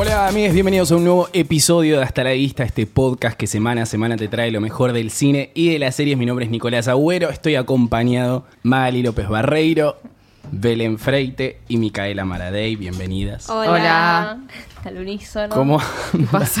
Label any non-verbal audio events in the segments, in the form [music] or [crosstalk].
Hola amigos, bienvenidos a un nuevo episodio de Hasta la Vista, este podcast que semana a semana te trae lo mejor del cine y de las series. Mi nombre es Nicolás Agüero, estoy acompañado Mali López Barreiro, Belén Freite y Micaela Maradei, bienvenidas. Hola. Hola. Al unísono. ¿Cómo? [laughs] Pasó.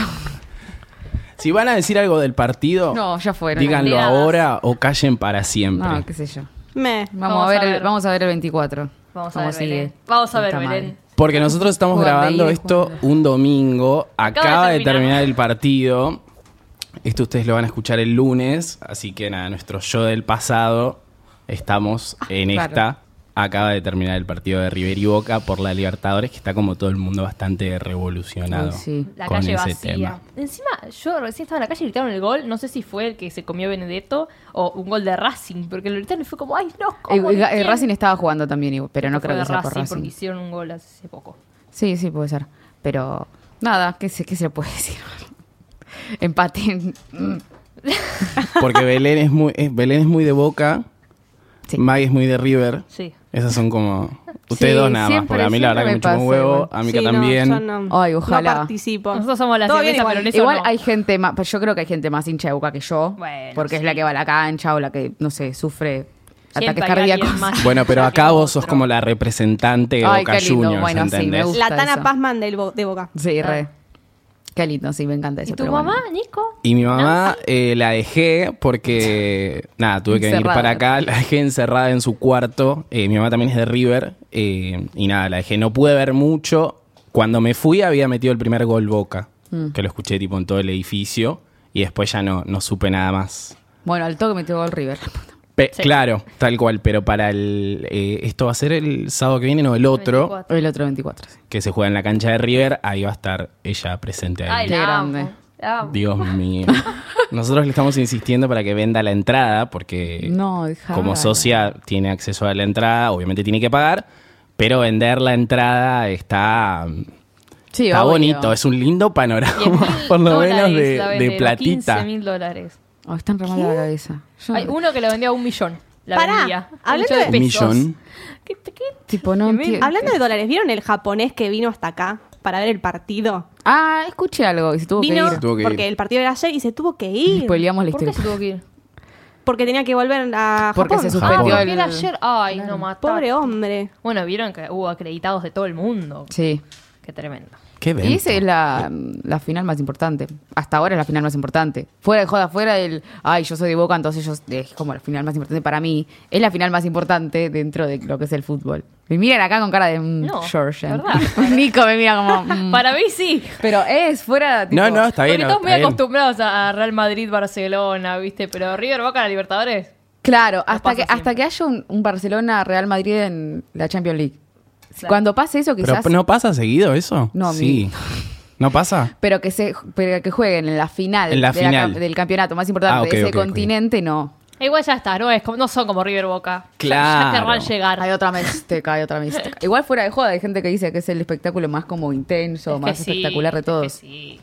si van a decir algo del partido, No, ya fueron. díganlo Olvidadas. ahora o callen para siempre. No, qué sé yo. Me. Vamos, a, ver, el, vamos a ver el 24. Vamos a cómo ver, sigue. Belén. Vamos a ver, Puta madre. Belén. Porque nosotros estamos Juegan de grabando ida y esto juegan de- un domingo. Acaba, Acaba de, de terminar. terminar el partido. Esto ustedes lo van a escuchar el lunes. Así que nada, nuestro yo del pasado estamos en Ah, claro. esta. Acaba de terminar el partido de River y Boca por la Libertadores, que está como todo el mundo bastante revolucionado Uy, sí. La con calle ese vacía. tema. Encima, yo recién estaba en la calle y gritaron el gol. No sé si fue el que se comió Benedetto o un gol de Racing, porque lo gritaron y fue como, ay, no, Eh, ¿cómo? eh, ¿De eh, quién?". Racing estaba jugando también, igual, pero no Fue creo de que sea por Racing, porque Racing. hicieron un gol hace poco. Sí, sí, puede ser. Pero nada, ¿qué se, qué se le puede [laughs] decir? Empate. Mm. Porque Belén es muy, es- Belén es muy de Boca, Sí. Maggie es muy de River. Sí. Esas son como. Ustedes Sí, dos nada más, siempre, porque a mí la verdad que me, siempre chupa me un pasa huevo, igual. a Mica Sí, no, también. yo no. Ay, ojalá. No participo. Nosotros somos la Todo bien cerveza, igual. pero en eso Igual no. hay gente más, pero yo creo que hay gente más hincha de boca que yo, Bueno, porque es la que va a la cancha o la que, no sé, sufre Siempre ataques hay alguien cardíacos. más. Bueno, pero Ya acá que vos sos otro. como la representante de Ay, Boca qué lindo. Juniors, Bueno, sí, me ¿entendés? gusta. La Tana eso. Pazman del Bo- de Boca. [laughs] Sí, re. Ah. Qué lindo, sí, me encanta eso. ¿Y tu pero mamá, bueno. Nico? Y mi mamá eh, la dejé [laughs] porque, nada, tuve que venir Encerrada. para acá, la dejé encerrada en su cuarto, Eh, mi mamá también es de River, eh, y nada, la dejé, no pude ver mucho, cuando me fui había metido el primer gol Boca, Mm. que lo escuché tipo en todo el edificio, y después ya no, no supe nada más. Bueno, al toque metió [laughs] gol River. Pe- Sí. Claro, tal cual, pero para el... eh, esto va a ser el sábado que viene, no, el otro, 24. El otro 24. sí. que se juega en la cancha de River, ahí va a estar ella presente. Ahí. Ay, Qué la grande. amo, la amo. Dios mío. Nosotros le estamos insistiendo para que venda la entrada porque No, dejala. eh, como socia tiene acceso a la entrada, obviamente tiene que pagar, pero vender la entrada está, Sí, está obvio. bonito, es un lindo [laughs] panorama 10.000 por lo dólares menos de, la de vendieron, platita. 15.000 dólares. Oh, están remando la cabeza. Yo- Hay uno que lo vendió a un millón. La Pará, vendía. Un hablando millón de- Un pesos. millón. ¿Qué, qué? tipo, no Tremendo. entiendo. Hablando de dólares, ¿vieron el japonés que vino hasta acá para ver el partido? Ah, escuché algo y se tuvo Vino que Se tuvo que porque ir. el partido era ayer y se tuvo que ir. ir. Spoileamos la ¿Por qué historia. se tuvo que ir? Porque tenía que volver a Porque se Japón. suspendió Ah, Ah, el... el... ayer. Ay, no mató. Pobre hombre. Bueno, vieron que hubo acreditados de todo el mundo. Sí. Qué tremendo. Qué Y esa es evento. la, la final más importante. Hasta ahora es la final más importante. Fuera de joda, fuera del. Ay, yo soy de Boca, entonces yo, es como la final más importante para mí. Es la final más importante dentro de lo que es el fútbol. Me miran acá con cara de. mm, No, Georgian. ¿verdad? [laughs] Nico me [laughs] mira como. mm. Para mí sí. Pero es fuera. tipo, No, no, está bien. Porque estamos está muy bien. acostumbrados a a Real Madrid, Barcelona, ¿viste? Pero River Boca la Libertadores. Claro, pasa hasta que, siempre. hasta que haya un, un Barcelona-Real Madrid en la Champions League. Si- Claro. Cuando pase eso, Pero quizás. no pasa seguido eso. No, sí. ¿No pasa? Pero que se pero que jueguen en la final, En la de final. cam- del campeonato más importante Ah, ok, de ese ok, ok. continente, no. Igual ya está, no es como, no son como River Boca. Ya- Claro. Ya querrán llegar. Hay otra mixteca, hay otra mixteca. Igual fuera de joda, hay gente que dice que es el espectáculo más como intenso, Es que más sí, espectacular de es que todos. sí.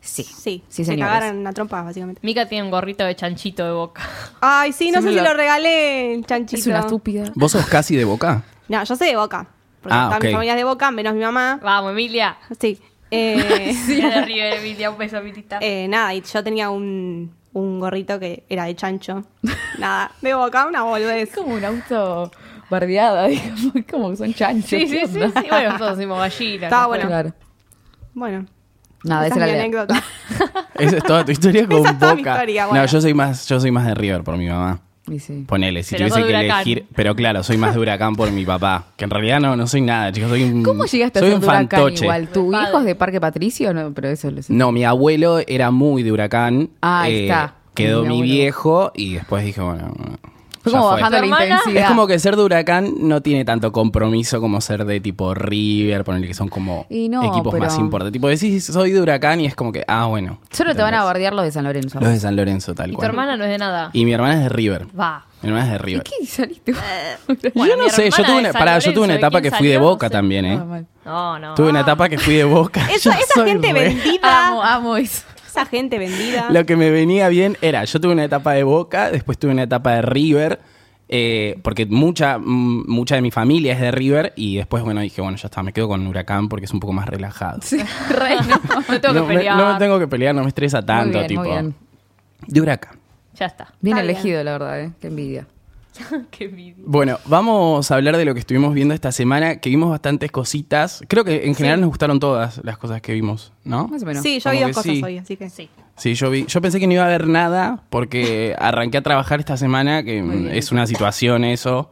Sí, Sí, sí, se señores. cagaron en la trompa, básicamente. Mica tiene un gorrito de chanchito de Boca. [laughs] Ay, sí, no Sí, me sé si lo- lo regalé, chanchito. Es una estúpida. ¿Vos sos casi de boca? No, yo soy de Boca. Porque Ah, toda ok. mi familia es de Boca, menos mi mamá. Vamos, Emilia. Sí. [laughs] Eh, [laughs] De River, Emilia, un beso, Emilita. eh, nada, y yo tenía un, un gorrito que era de chancho. Nada, de Boca, una Es boludez. como un auto bardeada, [laughs] digamos, es como que son chanchos. sí, sí, ¿qué sí, onda? sí. Bueno, nosotros decimos gallina. Estaba ¿no? bueno. Claro. Bueno, Nada, esa esa, es mi era la anécdota. Esa es toda tu historia con Esa es toda mi boca. historia, bueno. No, yo soy más, yo soy más de River por mi mamá. Y sí. Ponele, si Pero tuviese sos que de Huracán. elegir. Pero claro, soy más de huracán por mi papá. Que en realidad no, no soy nada, chicos. Soy un, ¿Cómo llegaste Mm. soy a ser un de huracán fantoche. igual? ¿Tu Mi hijo padre. es de Parque Patricio? No, pero eso lo sé. No, mi abuelo era muy de huracán. Ah, Ahí está. Quedó Mi mi, abuelo. viejo y después dije, bueno. no, Fue ya como fue. bajando la ¿Tu hermana? intensidad. Es como que ser de huracán no tiene tanto compromiso como ser de tipo River, ponerle que son como Y no, equipos pero- más importantes. Tipo, decís, soy de huracán y es como que, ah, bueno. Solo te van a ¿entendés? bardear los de San Lorenzo. Los de San Lorenzo, tal Y tu cual. hermana no es de nada. Y mi hermana es de River. Va. Mi hermana es de ¿Y River. qué saliste? [laughs] Bueno, yo mi no sé, yo hermana tuve, de una, San pará, yo tuve una Lorenzo, ¿de etapa que quién fui de salió? No boca sé. también, ¿eh? Ah, mal. No, no. Tuve una etapa que fui de boca. [laughs] Esa, Yo esa soy re- gente [laughs] vendida. Amo, amo eso. Esa gente vendida. Lo que me venía bien era, yo tuve una etapa de boca, después tuve una etapa de River. eh, porque mucha, mm, mucha de mi familia es de River y después, bueno, dije, bueno, ya está, me quedo con Huracán porque es un poco más relajado. Re, no, me tengo no, que me- pelear. no me tengo que pelear, no me estresa tanto, bien, muy tipo. bien. De Huracán. Ya está. Bien Está elegido, la verdad, ¿eh? Qué envidia. [laughs] Qué envidia. Bueno, vamos a hablar de lo que estuvimos viendo esta semana, que vimos bastantes cositas. Creo que en general nos gustaron todas las cosas que vimos, ¿no? Más o menos. sí, yo Como vi dos que cosas sí. hoy, así que. Sí. Sí, yo vi. Yo pensé que no iba a haber nada [laughs] porque arranqué a trabajar esta semana, que mm, es una situación [laughs] eso.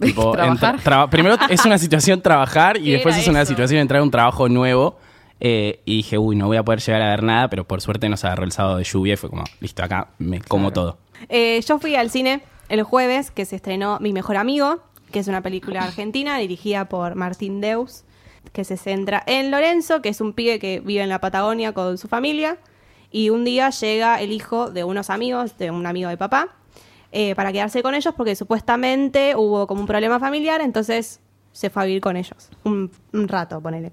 Tipo, ¿Trabajar? entra- traba- primero es una situación trabajar y ¿Qué después era es una eso? situación entrar a un trabajo nuevo. Eh, y dije, uy, no voy a poder llegar a ver nada, pero por suerte nos agarró el sábado de lluvia y fue como, listo, acá me como todo. Eh, yo fui al cine el jueves que se estrenó Mi Mejor Amigo, que es una película argentina dirigida por Martín Deus, que se centra en Lorenzo, que es un pibe que vive en la Patagonia con su familia. Y un día llega el hijo de unos amigos, de un amigo de papá, eh, para quedarse con ellos porque supuestamente hubo como un problema familiar, entonces se fue a vivir con ellos. Un, un rato, ponele.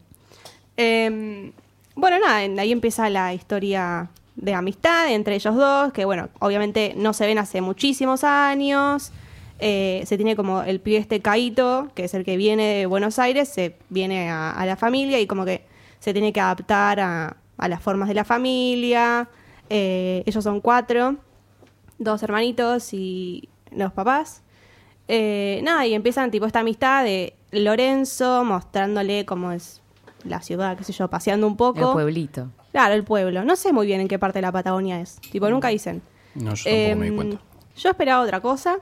Eh, bueno, nada, en- ahí empieza la historia de amistad entre ellos dos, que bueno, obviamente no se ven hace muchísimos años. Eh, se tiene como el pibe este Caito, que es el que viene de Buenos Aires, se viene a, a la familia y como que se tiene que adaptar a, a las formas de la familia. Eh, ellos son cuatro, dos hermanitos y los papás. Eh, nada, y empiezan tipo esta amistad de Lorenzo mostrándole cómo es la ciudad, qué sé yo, paseando un poco. El pueblito. Claro, el pueblo. No sé muy bien en qué parte de la Patagonia es. Tipo, Mm. nunca dicen. No, yo tampoco Eh, Em, me di cuenta. Yo esperaba otra [laughs] cosa.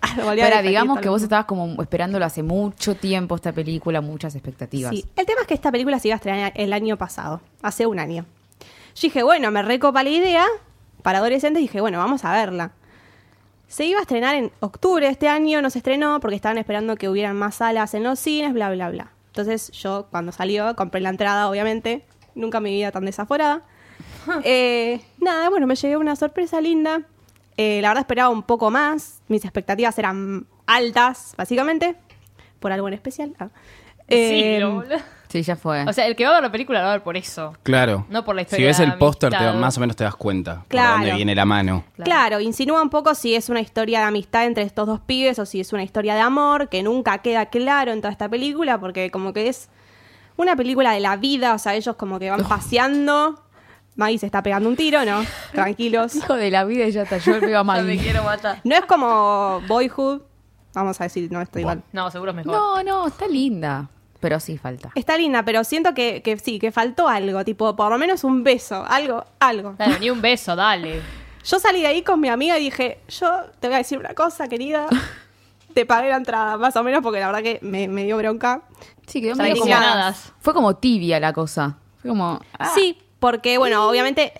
Ah, lo volví a Pero repetir, digamos tal que vos vez. estabas como esperándolo hace mucho tiempo esta película, muchas expectativas. Sí, el tema es que esta película se iba a estrenar el año pasado, hace un año. Yo dije, bueno, me recopa la idea para adolescentes, dije, bueno, vamos a verla. Se iba a estrenar en octubre de este año, no se estrenó porque estaban esperando que hubieran más salas en los cines, bla, bla, bla. Entonces yo, cuando salió, compré la entrada, obviamente. Nunca en mi vida tan desaforada. Eh, nada, bueno, me llevé una sorpresa linda. Eh, la verdad esperaba un poco más. Mis expectativas eran altas, básicamente. Por algo en especial. Ah. sí, Eh, lo boludo. Sí, ya fue. O sea, el que va a ver la película la va a ver por eso. Claro. No por la Si historia ves de el póster, te- amistad. más o menos te das cuenta Claro. por dónde viene la mano. Claro. insinúa un poco si es una historia de amistad entre estos dos pibes o si es una historia de amor, que nunca queda claro en toda esta película, porque como que es una película de la vida, o sea, ellos como que van paseando. Maggie se está pegando un tiro, ¿no? [laughs] Tranquilos. hijo de la vida y ya está. Yo veo a No me Maggie. quiero matar. No es como Boyhood, vamos a decir, no estoy Bueno. mal. No, seguro es mejor. No, no, está linda. Pero sí falta. Está linda, pero siento que, que sí, que faltó algo, tipo, por lo menos un beso, algo, algo. Dale, ni un beso, dale. Yo salí de ahí con mi amiga y dije, yo te voy a decir una cosa, querida. Te pagué la entrada, más o menos, porque la verdad que me, me dio bronca. Sí, quedó medio como... Traicionadas. Fue como tibia la cosa. Fue como... ah, Sí, porque, bueno, obviamente,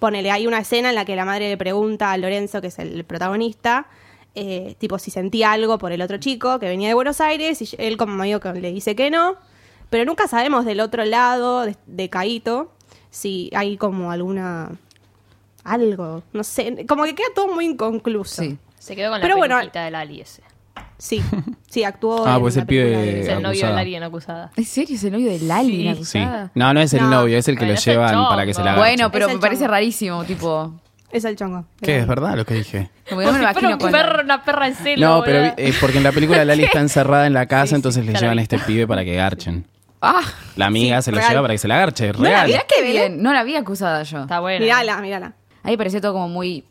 ponele, hay una escena en la que la madre le pregunta a Lorenzo, que es el protagonista, eh, tipo, si sentía algo por el otro chico que venía de Buenos Aires, y él como medio que le dice que no, pero nunca sabemos del otro lado, de, de Caíto, si hay como alguna... algo, no sé, como que queda todo muy inconcluso. Sí. Se quedó con Pero la bueno, peluquita del Ali eh, ese. Sí, sí, actuó. Ah, en pues una el pibe- película Es de- el novio Acusada. del Ali en acusada. ¿En serio es el novio del Ali? Sí. la Sí. acusada? No, no es el No. novio, es el que Bueno, lo es el llevan para que se chongo. la Bueno, pero Es el me parece chongo. rarísimo, tipo... Es el chongo. ¿Qué? ¿Es verdad lo que dije? Como que no me lo Como si fuera imagino un con- perro, una perra en celo. No, pero eh, boluda. es porque en la película Lali está encerrada en la casa, Sí, sí, entonces le ya la llevan a vi. este pibe para que garchen. Ah, La amiga se lo real. lleva para que se la garche, es No la real. vi. mirá qué ¿Viste, bien. No la había acusada yo. Está bueno. Mírala, mírala. Ahí pareció todo como muy...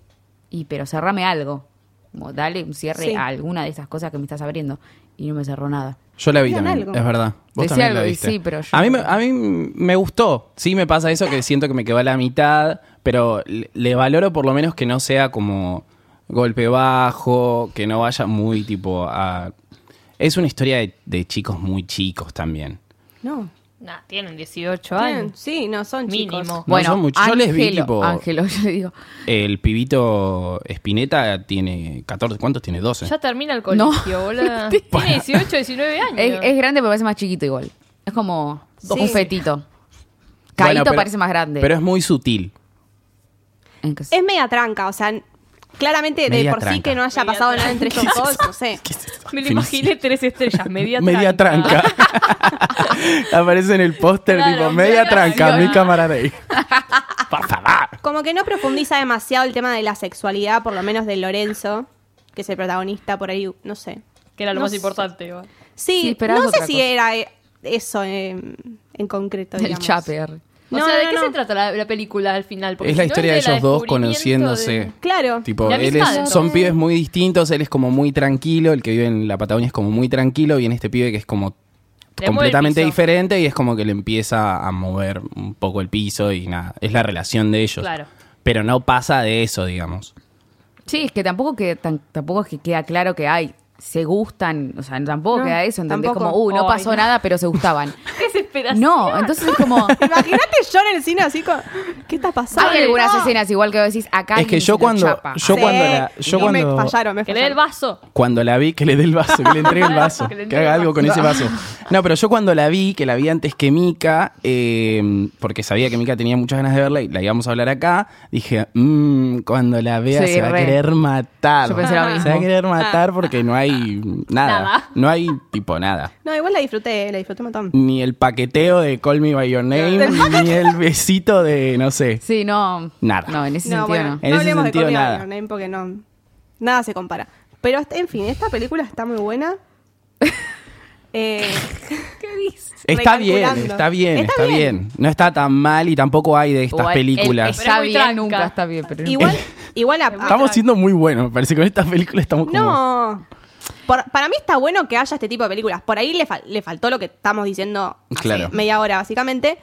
Y pero cerrame algo. Como dale un cierre Sí. a alguna de esas cosas que me estás abriendo. Y no me cerró nada. Yo la vi Digan también, algo. es verdad. Vos Decí también la algo y viste. sí, pero yo- a, mí, me- a mí me gustó. Sí, me pasa eso que siento que me quedó a la mitad, pero le, le valoro por lo menos que no sea como golpe bajo, que no vaya muy tipo a... Es una historia de, de chicos muy chicos también. No. Nah, tienen 18 Tienen- años. Sí, no, son Mínimo. chicos. No son muchos. Yo les vi, tipo- Ángelo, [laughs] yo le digo... El pibito Spinetta tiene 14, ¿cuántos tiene? 12. Ya termina el colegio, [laughs] No. boluda. Tiene 18, 19 años. Es, es grande, pero parece más chiquito igual. Es como un fetito. Caíto Bueno, pero- parece más grande. Pero es muy sutil. En que- Es media tranca, o sea, n- claramente de Media por sí tranca. que no haya Media pasado nada tranca. entre ellos dos, no sé. [laughs] Me lo Finísimo. imaginé tres estrellas, media [laughs] tranca. Media tranca. [laughs] Aparece en el póster, Claro, tipo, media media tranca, tranca. mi cámara de [laughs] ahí. Por favor. Como que no profundiza demasiado el tema de la sexualidad, por lo menos de Lorenzo. que es el protagonista por ahí, no sé. Que era lo No más sé. importante. igual. Sí, Sí, esperabas no sé otra si cosa. era eh, eso em, en [laughs] concreto. El digamos. chaper. O No, sea, ¿de no, qué no. se trata la, la película al final? Porque Es la si no historia de la ellos dos descubrimiento conociéndose. de- Claro. Tipo, La él amistad, es- entonces. son pibes muy distintos, él es como muy tranquilo, el que vive en la Patagonia es como muy tranquilo y en este pibe que es como Le mueve el completamente piso. diferente y es como que le empieza a mover un poco el piso y nada, es la relación de ellos. Claro. Pero no pasa de eso, digamos. Sí, es que tampoco, que, tan- tampoco es que queda claro que hay. Se gustan, o sea, tampoco No, queda eso, ¿entendés? tampoco. Como, uh, no Ay, pasó no. nada, pero se [laughs] gustaban. ¡Qué desesperación! no, entonces es como. Imagínate yo en el cine así con. ¿Qué está pasando? Hay algunas No. escenas igual que vos decís acá. Es que alguien yo se lo cuando- chapa. yo Sí. cuando la- yo Y me cuando- fallaron, me Que le dé el fallaron. vaso. Cuando la vi, que le dé el vaso, que le entregue el vaso, Que le que, entregue haga el algo con ese vaso. No, pero yo cuando la vi, que la vi antes que Mika, eh, porque sabía que Mika tenía muchas ganas de verla y la íbamos a hablar acá, dije, "Mm, cuando la vea Sí, se va re. a querer matar. Yo pensé lo mismo. Se va a querer matar porque no hay nada. Nada. No hay tipo nada. No, igual la disfruté, la disfruté un montón. Ni el paqueteo de Call Me By Your Name, ni el besito de, no sé. Sí, no. Nada. No, en ese no, sentido bueno, En ese no hablemos de sentido, Call Me by nada. Your Name porque no. Nada se compara. Pero, hasta- en fin, esta película está muy buena. Eh, Está bien, recalculando. está bien, está, bien. No está tan mal y tampoco hay de no. estas Igual, el películas. Pero Está es muy bien, tranca. nunca está bien, pero Igual, igual a- a- Ah, Estamos siendo muy buenos, me parece que con esta película estamos como... No. Por- para mí está bueno que haya este tipo de películas. Por ahí le, fal- le faltó lo que estamos diciendo hace Claro. media hora, básicamente.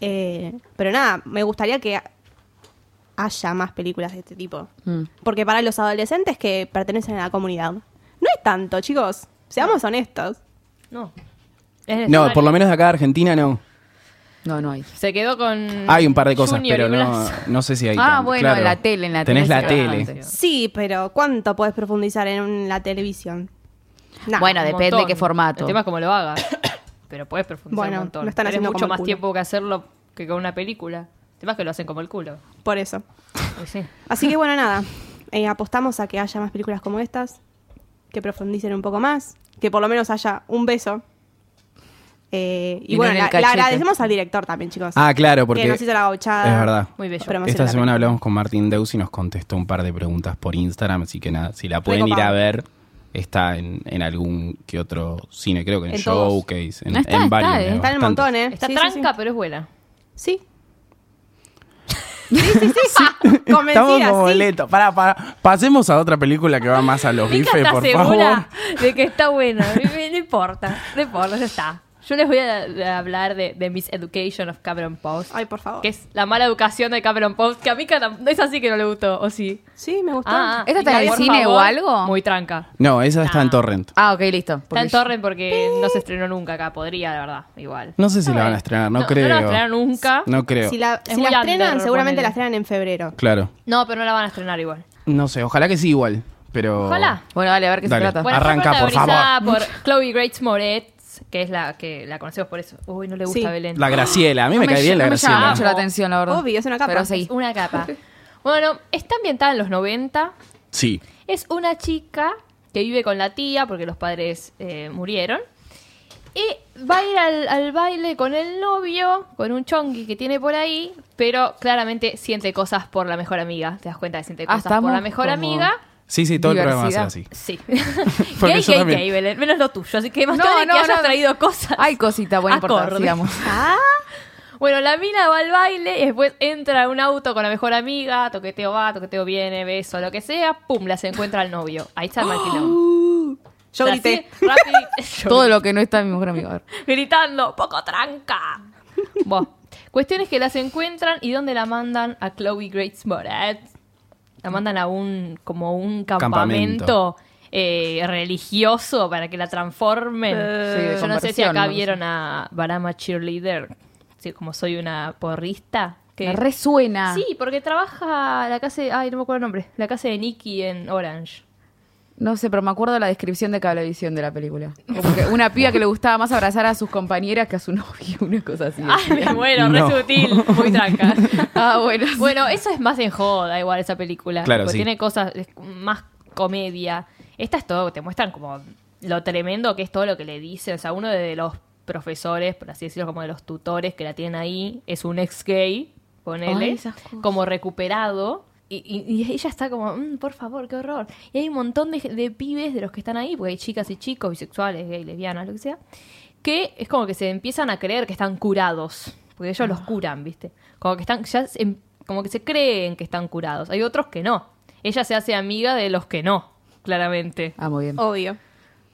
Eh, pero nada, me gustaría que haya más películas de este tipo. Mm. Porque para los adolescentes que pertenecen a la comunidad, no es tanto, chicos. Seamos honestos. No. No, Es necesario. por lo menos de acá de Argentina no. No, no hay. Se quedó con. Hay un par de cosas, Mm. Junior pero y no, Blas. no sé si hay. Ah, tanto, bueno, claro. en la tele, en la tele Tenés se la ve tele. bastante. Sí, pero ¿cuánto puedes profundizar en la televisión? Nah. Bueno, Un depende montón. qué formato. El tema es cómo [coughs] lo hagas. pero puedes profundizar Bueno, un montón. lo están Tenés haciendo mucho como el más culo. tiempo que hacerlo que con una película. El tema es que lo hacen como el culo. por eso. Y sí. Así que bueno, nada. Eh, apostamos a que haya más películas como estas, que profundicen un poco más, que por lo menos haya un beso. Eh, y, Y no bueno, en el la- le cachete. agradecemos al director también, chicos. Ah, claro, porque... Que nos hizo la gauchada. Es verdad. Muy bello. Promocionó Esta la semana película. hablamos con Martín Deus y nos contestó un par de preguntas por Instagram, así que nada, si la pueden ir a Recopado. ver, está en, en algún que otro cine, creo que en, En todos. Showcase, en, No, está, en está, varios. eh. en Está en bastantes. el [laughs] montón, ¿eh? Está Sí, sí, tranca, pero es buena. Sí. Sí, sí, [laughs] sí. sí. Estamos Convencida, como sí. boleto. Pará, pará. Pasemos a otra película que va más a los Mica bifes, está por favor. segura de que está buena. No importa. No importa, ya está. Yo les voy a, a hablar de, de Miss Education of Cameron Post. Ay, por favor. Que es la mala educación de Cameron Post. Que a Mica tam- no es así que no le gustó, ¿o sí? Sí, me gustó. Ah, ah. ¿Esta está en Mica, el por cine o algo? Muy tranca. No, esa está en Ah. Torrent. Ah, ok, listo. Está Porque en Torrent porque no se estrenó nunca acá. Podría, la verdad. Igual. No sé si la van a estrenar, no, No, creo. no la van a estrenar nunca. No creo. Si la, Es si muy la estrenan, under, seguramente ponele. la estrenan en febrero. Claro. No, pero no la van a estrenar igual. No sé, ojalá que sí igual, pero... Ojalá. Bueno, dale, a ver qué Dale. se trata. Bueno. Arranca, está por favor. protagonizada por Chloe Grace Moretz, que es la que la conocemos por eso. Uy, no le gusta Sí. Belén. La Graciela, a mí me No cae bien ll- la no me llama Graciela. mucho la atención, la verdad. Obvio, es una capa. Pero seguí. Es una capa. Bueno, está ambientada en los 90. Sí. Es una chica que vive con la tía porque los padres eh, murieron. Y va a ir al, al baile con el novio, con un chongi que tiene por ahí, pero claramente siente cosas por la mejor amiga. ¿Te das cuenta? que Siente Ah, cosas por la estamos mejor como- amiga. Sí, sí, todo el programa va a ser Diversidad. así. Sí. Porque gay, yo gay, también. gay, Belén. Menos lo tuyo. Así que más que que hayas traído cosas. Hay cositas [laughs] buenas por Acorde. digamos. Ah. Bueno, la mina va al baile y después entra a un auto con la mejor amiga, toqueteo va, toqueteo viene, beso, lo que sea, pum, la se encuentra al novio. Ahí está el maquilón. [gasps] Yo grité. [laughs] Todo lo que no está mi mejor amigo. A ver. gritando, poco tranca. Bueno, cuestiones que las encuentran y dónde la mandan a Chloe Grace Moretz. La mandan a un como un Campamento. campamento, eh, religioso para que la transformen. Sí, de Yo no sé si conversión, acá no sé. vieron a Barama Cheerleader, sí, como soy una porrista. Me Que resuena. Sí, porque trabaja la casa de, ay, no me acuerdo el nombre, la casa de Nicky en Orange. No sé, pero me acuerdo la descripción de Cablevisión de la película. Como que una piba que le gustaba más abrazar a sus compañeras que a su novio, [laughs] una cosa así. [laughs] Ay, bueno, No. re sutil, muy tranca. [laughs] Ah, bueno. sí. Bueno, eso es más en joda igual esa película. Claro, Tipo, sí. Tiene cosas es más comedia. Esta es todo, te muestran como lo tremendo que es todo lo que le dicen. O sea, uno de los profesores, por así decirlo, como de los tutores que la tienen ahí, es un ex gay, ponele, Ay, esas cosas. como recuperado. Y, y- y ella está como, "Mm, por favor, qué horror. Y hay un montón de, de pibes de los que están ahí, porque hay chicas y chicos, bisexuales, gay, lesbianas, lo que sea, que es como que se empiezan a creer que están curados. Porque ellos los curan, ¿viste? Como que están, ya se- em, como que se creen que están curados. Hay otros que no. Ella se hace amiga de los que no, claramente. Ah, muy bien. Obvio.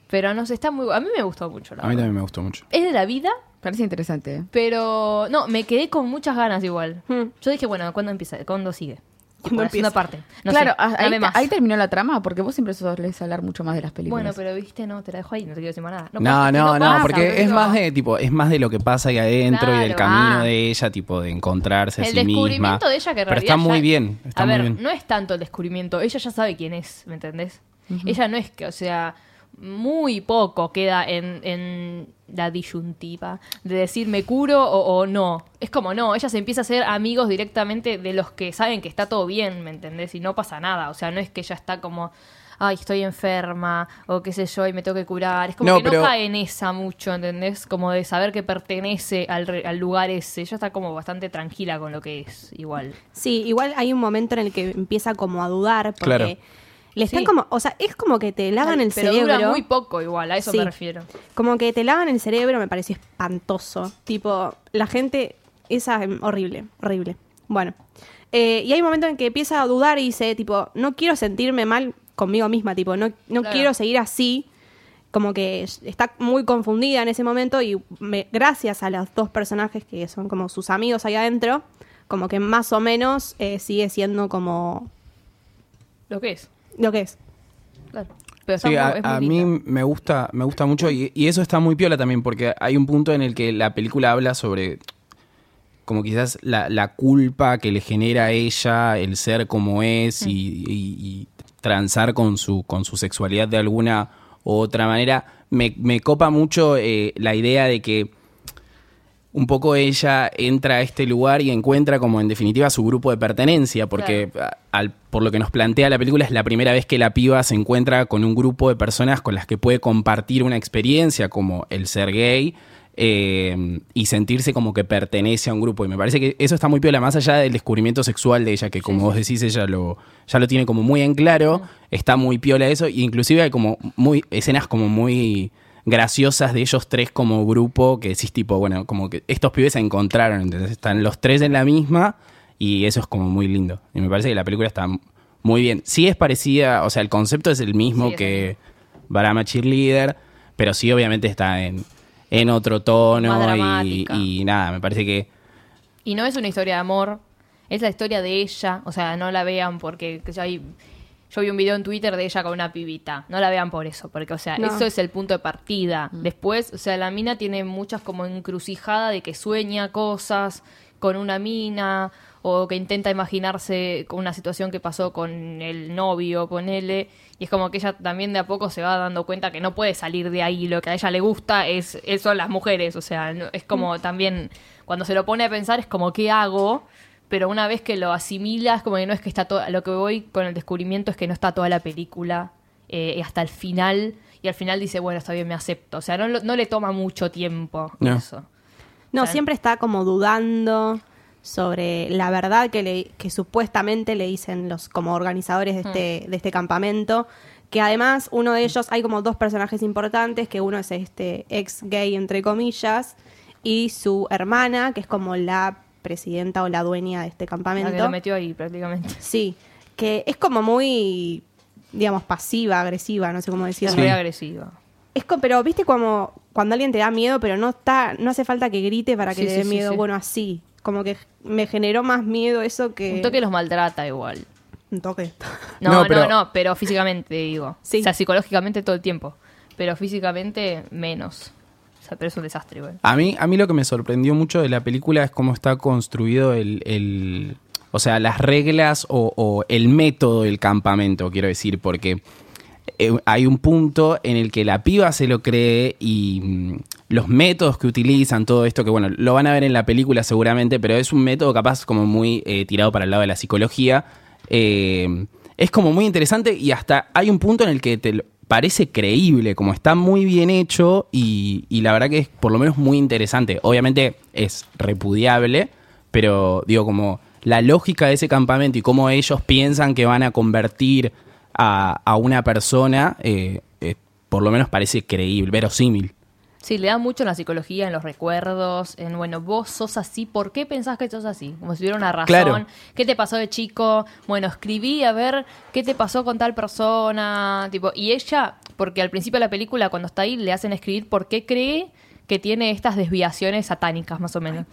Pero no sé, está muy. A mí me gustó mucho, la A mí verdad. también me gustó mucho. Es de la vida, Parece interesante, ¿eh? pero. No, me quedé con muchas ganas igual. Hmm. Yo dije, bueno, ¿cuándo empieza? ¿Cuándo sigue? ¿Cuándo la segunda empieza? parte. No claro, sé, ah, dame ahí, más. ahí terminó la trama, porque vos siempre les hablar mucho más de las películas. Bueno, pero viste, no, te la dejo ahí, no te quiero decir más nada. No, pasa, no, no, pasa, porque es boludo. más de tipo, es más de lo que pasa ahí adentro y del Claro, camino ah. de ella, tipo de encontrarse a El sí misma. descubrimiento de ella que en Pero realidad está muy ya- bien, está a muy ver, bien. no es tanto el descubrimiento, ella ya sabe quién es, ¿me entendés? Ella no es que, o sea, muy poco queda en, en la disyuntiva de decir me curo o, o no. Es como no, ella se empieza a hacer amigos directamente de los que saben que está todo bien, ¿me entendés? Y no pasa nada, o sea, no es que ella está como... Ay, estoy enferma, o qué sé yo, y me tengo que curar. Es como No, que pero- no cae en esa mucho, ¿entendés? Como de saber que pertenece al, re- al lugar ese. Ella está como bastante tranquila con lo que es, igual. Sí, igual hay un momento en el que empieza como a dudar porque Claro. le están Sí. como, o sea, es como que te lavan el Pero cerebro. dura muy poco igual, a eso Sí. me refiero. Como que te lavan el cerebro me pareció espantoso. Tipo, la gente, esa es horrible, horrible. Bueno, eh, y hay un momento en que empieza a dudar y dice, tipo, no quiero sentirme mal conmigo misma, tipo, no, no Claro. quiero seguir así. Como que está muy confundida en ese momento y me- gracias a los dos personajes que son como sus amigos ahí adentro, como que más o menos eh, sigue siendo como Lo que es, lo que es. claro. Pero está Sí, muy- a, es muy a mí linda. me gusta, me gusta mucho y, y eso está muy piola también porque hay un punto en el que la película habla sobre como quizás la, la culpa que le genera a ella el ser como es y, y- y transar con su, con su sexualidad de alguna u otra manera. Me, me copa mucho eh, la idea de que un poco ella entra a este lugar y encuentra como en definitiva su grupo de pertenencia, porque a- al- por lo que nos plantea la película es la primera vez que la piba se encuentra con un grupo de personas con las que puede compartir una experiencia como el ser gay eh, y sentirse como que pertenece a un grupo. Y me parece que eso está muy piola, más allá del descubrimiento sexual de ella, que como vos decís, ella lo, ya lo tiene como muy en claro, está muy piola eso, y inclusive hay como muy, escenas como muy graciosas de ellos tres como grupo, que decís tipo, bueno, como que estos pibes se encontraron, entonces están los tres en la misma y eso es como muy lindo. Y me parece que la película está muy bien. Sí es parecida, o sea, el concepto es el mismo Sí, es que Barama Cheerleader, pero sí obviamente está en, en otro tono Más y, dramática. y nada, me parece que... Y no es una historia de amor, es la historia de ella. O sea, no la vean porque que ya hay- yo vi un video en Twitter de ella con una pibita. No la vean por eso, porque, o sea, No. eso es el punto de partida. Después, o sea, la mina tiene muchas como encrucijada de que sueña cosas con una mina o que intenta imaginarse con una situación que pasó con el novio, ponele. Y es como que ella también de a poco se va dando cuenta que no puede salir de ahí. Lo que a ella le gusta es, es- son las mujeres. O sea, no- es como también cuando se lo pone a pensar es como, ¿qué hago? Pero una vez que lo asimilas, como que no es que está todo. Lo que voy con el descubrimiento es que no está toda la película eh, hasta el final. Y al final dice, bueno, está bien, me acepto. O sea, no, lo- no le toma mucho tiempo No. eso. No, O sea, siempre está como dudando sobre la verdad que, le, que supuestamente le dicen los como organizadores de Hmm. este, de este campamento. Que además uno de ellos, hay como dos personajes importantes, que uno es este ex gay entre comillas, y su hermana, que es como la presidenta o la dueña de este La campamento. que lo metió ahí prácticamente. [laughs] Sí, que es como muy, digamos, pasiva, agresiva, no sé cómo Es decirlo. re agresiva. Es co- pero viste como cuando alguien te da miedo, pero no está, no hace falta que grite para que Sí, te sí, dé sí, miedo. sí. Bueno, así. Como que me generó más miedo eso que. Un toque los maltrata igual. Un toque. No, No, no, pero- no, pero físicamente digo. Sí. O sea, psicológicamente todo el tiempo. Pero físicamente menos. O sea, pero es un desastre igual. A mí, a mí lo que me sorprendió mucho de la película es cómo está construido el, el- o sea, las reglas o, o el método del campamento, quiero decir, porque eh, hay un punto en el que la piba se lo cree y mm, los métodos que utilizan, todo esto, que bueno, lo van a ver en la película seguramente, pero es un método capaz como muy eh, tirado para el lado de la psicología. Eh, es como muy interesante y hasta hay un punto en el que te lo- parece creíble, como está muy bien hecho y, y la verdad que es por lo menos muy interesante. Obviamente es repudiable, pero digo como la lógica de ese campamento y cómo ellos piensan que van a convertir a, a una persona, eh, eh, por lo menos parece creíble, verosímil. Sí, le da mucho en la psicología, en los recuerdos, en, bueno, vos sos así, ¿por qué pensás que sos así? Como si hubiera una razón. Claro. ¿Qué te pasó de chico? Bueno, escribí a ver qué te pasó con tal persona. Tipo, y ella, porque al principio de la película, cuando está ahí, le hacen escribir por qué cree que tiene estas desviaciones satánicas, más o menos.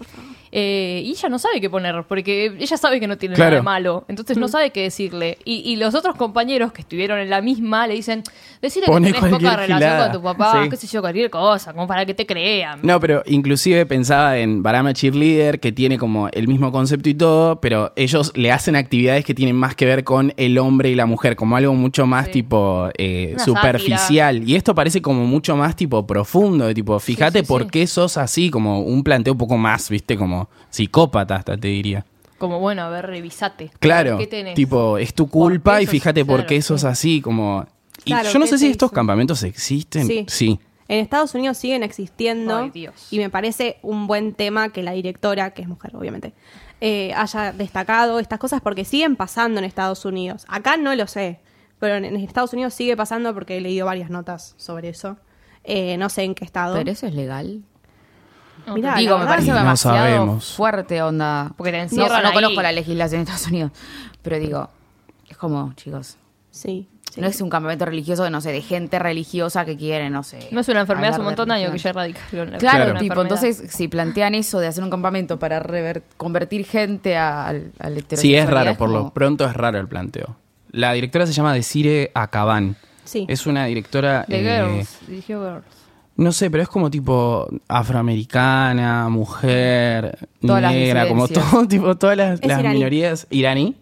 Eh, y ella no sabe qué poner, porque ella sabe que no tiene nada de Claro. malo. Entonces no sabe qué decirle. Y, y los otros compañeros que estuvieron en la misma le dicen, decirle que Pone tenés poca cualquier relación gilada". con tu papá, Sí. qué sé yo, cualquier cosa, como para que te crean. No, pero inclusive pensaba en Barama Cheerleader, que tiene como el mismo concepto y todo, pero ellos le hacen actividades que tienen más que ver con el hombre y la mujer, como algo mucho más Sí. tipo eh, Una superficial. Y esto parece como mucho más tipo profundo, de tipo, fíjate sí, por sí. qué sos así, como un planteo un poco más, viste, como psicópata hasta te diría. Como, bueno, a ver, revisate. Claro, ¿Qué tenés? tipo, es tu ¿Por culpa qué y sos- fíjate por claro, qué sos sí. así, como... Y Claro, yo no ¿qué sé si te estos hizo? campamentos existen. Sí. sí. En Estados Unidos siguen existiendo Ay, Dios. y me parece un buen tema que la directora, que es mujer obviamente, eh, haya destacado estas cosas porque siguen pasando en Estados Unidos. Acá no lo sé, pero en, en Estados Unidos sigue pasando porque he leído varias notas sobre eso. Eh, no sé en qué estado. Pero eso es legal. No, Mirá, te Digo, me verdad- parece No demasiado sabemos. fuerte, onda. Porque te No- encierran no, ahí. conozco la legislación de Estados Unidos. Pero digo, es como, chicos, Sí. sí. no es un campamento religioso de, no sé, de gente religiosa que quiere, no sé. No es una enfermedad hace un hablar montón de años que ya religión. erradicaron. la- Claro, una tipo, enfermedad. entonces si plantean eso de hacer un campamento para rever- convertir gente a- al, al heterosexualidad, Sí, es raro, por como- lo pronto es raro el planteo. La directora se llama Desire Acabán. Sí. Es una directora. The eh, Girls, dirigió Girls. No sé, pero es como tipo afroamericana, mujer, Todas las negra, como disidencias. todo, [laughs] tipo, todas las, Es las iraní. minorías. Iraní.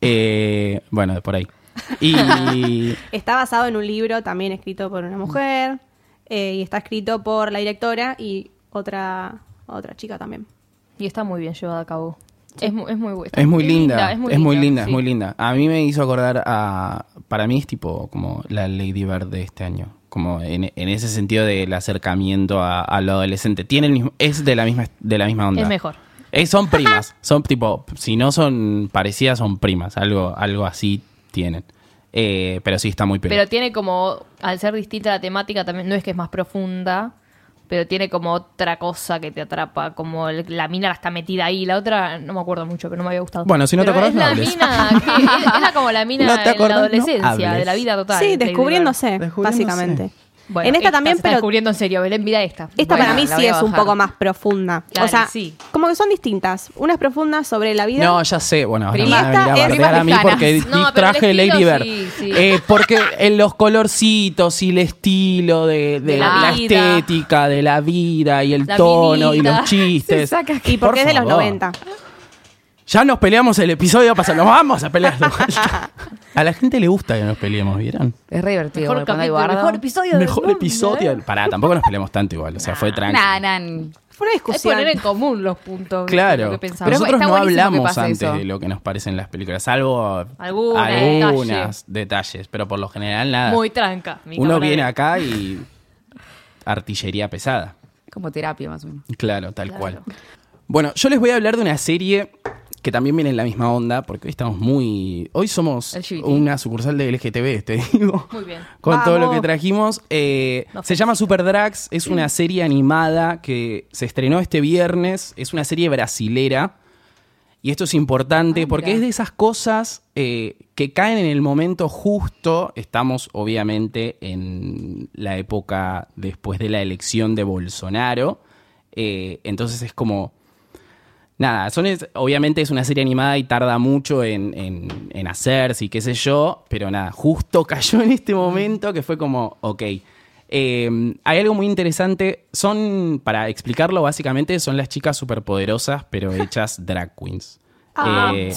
Eh, bueno, de por ahí. [laughs] Y. Está basado en un libro también escrito por una mujer eh, y está escrito por la directora y otra, otra chica también. Y está muy bien llevada a cabo. Es, mu- es muy buena. Es muy linda, es muy, linda, es sí. muy linda. A mí me hizo acordar a. Para mí es tipo como la Lady Bird de este año. Como en, en ese sentido del acercamiento a, a lo adolescente. Tiene el mismo, es de la misma, de la misma onda. Es mejor. Eh, son primas. Son tipo. Si no son parecidas, son primas. Algo, algo así tienen. Eh, pero sí está muy Pero, pegada. tiene como, al ser distinta la temática, también no es que es más profunda, pero tiene como otra cosa que te atrapa, como el- la mina la está metida ahí, la otra no me acuerdo mucho, pero no me había gustado. Bueno, si no te Pero acordás, no es la mina, [laughs] que, es, es la como la mina No te de la acordás, no adolescencia, de hables. la vida total. sí, de- de- descubriéndose, Descubriéndose. básicamente. Bueno, en esta, también, se está pero descubriendo en serio, Belén, mira esta. Esta Bueno, para mí la sí voy a es un bajar. poco más profunda. Claro, o sea, sí. como que son distintas. Una es profunda sobre la vida. No, ya sé. Bueno, ahora me Prima- van a venir a Esta es bardear a mí lejana. porque No, pero el traje estilo Lady Bird. sí, sí. Eh, porque en los colorcitos y el estilo de, de De la la, vida. estética, de la vida y el La tono y vidita. [laughs] los chistes. Se saca y porque Por es de los favor. 90. Ya nos peleamos el episodio pasado. Nos vamos a pelear. de vuelta. a la gente le gusta que nos peleemos, ¿vieron? Es re divertido. Mejor, porque cuando hay capítulo, guardo- mejor episodio. del Mejor mundo, episodio. ¿eh? Pará, tampoco nos peleamos tanto igual. O sea, fue tranquilo. Nah, nah. Fue una Es discusión. poner en común los puntos. ¿viste? Lo Claro, que pero pensaba. Pero nosotros está no buenísimo que hablamos pase antes eso. de lo que nos parecen las películas, salvo Algunas, algunas detalles, pero por lo general nada. Muy tranca. mi Uno cámara viene de- acá y artillería pesada. Como terapia, más o menos. Claro, tal Claro. cual. Bueno, yo les voy a hablar de una serie que también viene en la misma onda, porque hoy estamos muy... Hoy somos LGBT. una sucursal de LGTB, te digo. Muy bien. Con todo lo que Vamos. trajimos. Eh, Nos se llama Super Drags, es una serie animada que se estrenó este viernes, es una serie brasilera. Y esto es importante Ah, porque mirá. es de esas cosas eh, que caen en el momento justo. Estamos obviamente en la época después de la elección de Bolsonaro. Eh, entonces es como... Nada, son es- obviamente es una serie animada y tarda mucho en, en, en hacerse y qué sé yo, pero nada, justo [laughs] cayó en este momento que fue como, ok. Eh, hay algo muy interesante, son, para explicarlo básicamente, son las chicas superpoderosas, pero hechas drag queens. Ah. Eh,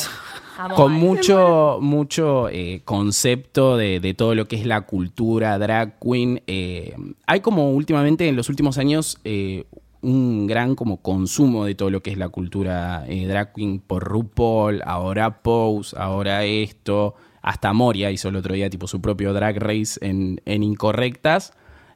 Amo con a- mucho, mucho eh, concepto de, de todo lo que es la cultura drag queen. eh, hay como últimamente, en los últimos años, eh, un gran como consumo de todo lo que es la cultura eh, drag queen por RuPaul, ahora Pose, ahora [laughs] esto. Hasta Moria hizo el otro día tipo su propio drag race en, en Incorrectas.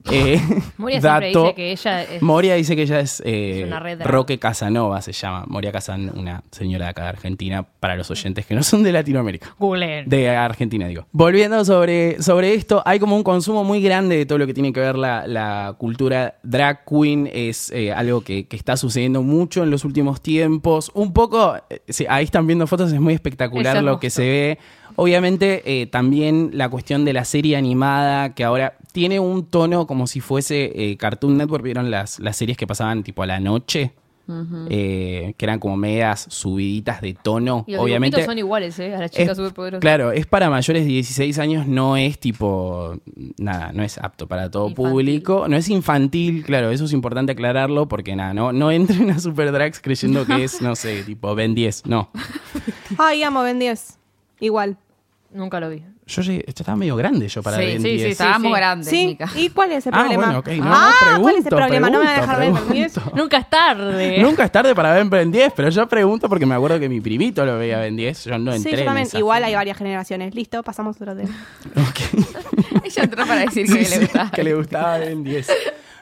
Eh, Moria dato, siempre dice que ella es- Moria dice que ella es, eh, es una red drag. Roque Casanova, se llama. Moria Casanova, una señora de acá de Argentina, para los oyentes que no son de Latinoamérica. Google. De Argentina, digo. Volviendo sobre, sobre esto, hay como un consumo muy grande de todo lo que tiene que ver la, la cultura drag queen. Es eh, algo que, que está sucediendo mucho en los últimos tiempos. Un poco, eh, sí, ahí están viendo fotos, es muy espectacular Es lo que hermoso. se ve. Obviamente, eh, también la cuestión de la serie animada, que ahora tiene un tono como si fuese eh, Cartoon Network. ¿Vieron las, las series que pasaban tipo a la noche? Eh, que eran como medias subiditas de tono. Y los Obviamente. dibujitos son iguales, ¿eh? A las chicas Es- superpoderosas. Claro, es para mayores de 16 años, no es tipo. Nada, no es apto para todo Infantil. público. No es infantil, claro, eso es importante aclararlo porque nada, no, no entren a Super Drags creyendo que es, no sé, tipo Ben 10. No. Ay, amo Ben 10. Igual. Nunca lo vi. Yo llegué- yo estaba medio grande yo para Sí, Ben sí, 10. sí, Estábamos sí. grandes, ¿Sí? Mica. [laughs] ¿Y cuál es el Ah, problema? bueno, ok, no, no, ah, ¿cuál es el pregunto, problema? no me van a dejar ver pregunto, Ben 10. pregunto. Nunca es tarde. [laughs] Nunca es tarde para ver Ben 10, pero yo pregunto porque me acuerdo que mi primito lo veía Ben 10. Yo no Sí, entré. yo en también. esa Igual fila. hay varias generaciones. Listo, pasamos a otro tema. [laughs] Ok. Ella entró para decir Sí, que sí, le gustaba. que le gustaba Ben 10.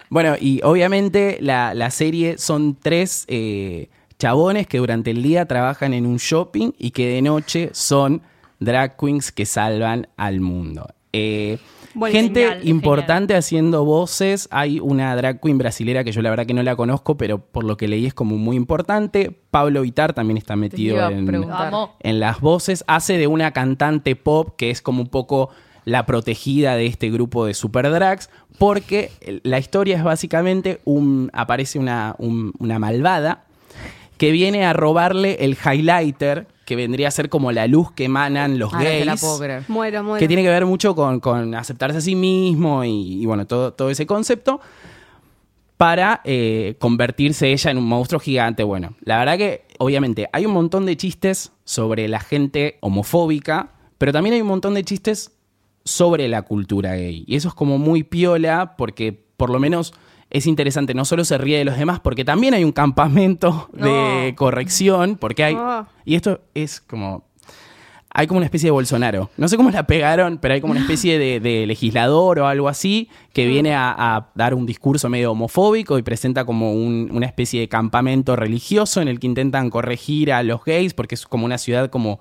Bueno, y obviamente la, la serie son tres eh, chabones que durante el día trabajan en un shopping y que de noche son drag queens que salvan al mundo. Eh, Bueno, gente genial, genial. importante haciendo voces. Hay una drag queen brasilera que yo la verdad que no la conozco, pero por lo que leí es como muy importante. Pablo Vitar también está Te iba metido a en, preguntar. Vamos. en las voces, hace de una cantante pop que es como un poco la protegida de este grupo de super drags, porque la historia es básicamente un, aparece una, un- una malvada que viene a robarle el highlighter, que vendría a ser como la luz que emanan los Ah, no gays te la puedo creer. Muero, muero. que tiene que ver mucho con, con aceptarse a sí mismo y, y bueno, todo, todo ese concepto para eh, convertirse ella en un monstruo gigante. Bueno, la verdad que obviamente hay un montón de chistes sobre la gente homofóbica, pero también hay un montón de chistes sobre la cultura gay. Y eso es como muy piola porque por lo menos es interesante, no solo se ríe de los demás, porque también hay un campamento de No. corrección, porque hay... No. Y esto es como hay como una especie de Bolsonaro. No sé cómo la pegaron, pero hay como una especie de, de legislador o algo así que viene a, a dar un discurso medio homofóbico y presenta como un- una especie de campamento religioso en el que intentan corregir a los gays porque es como una ciudad como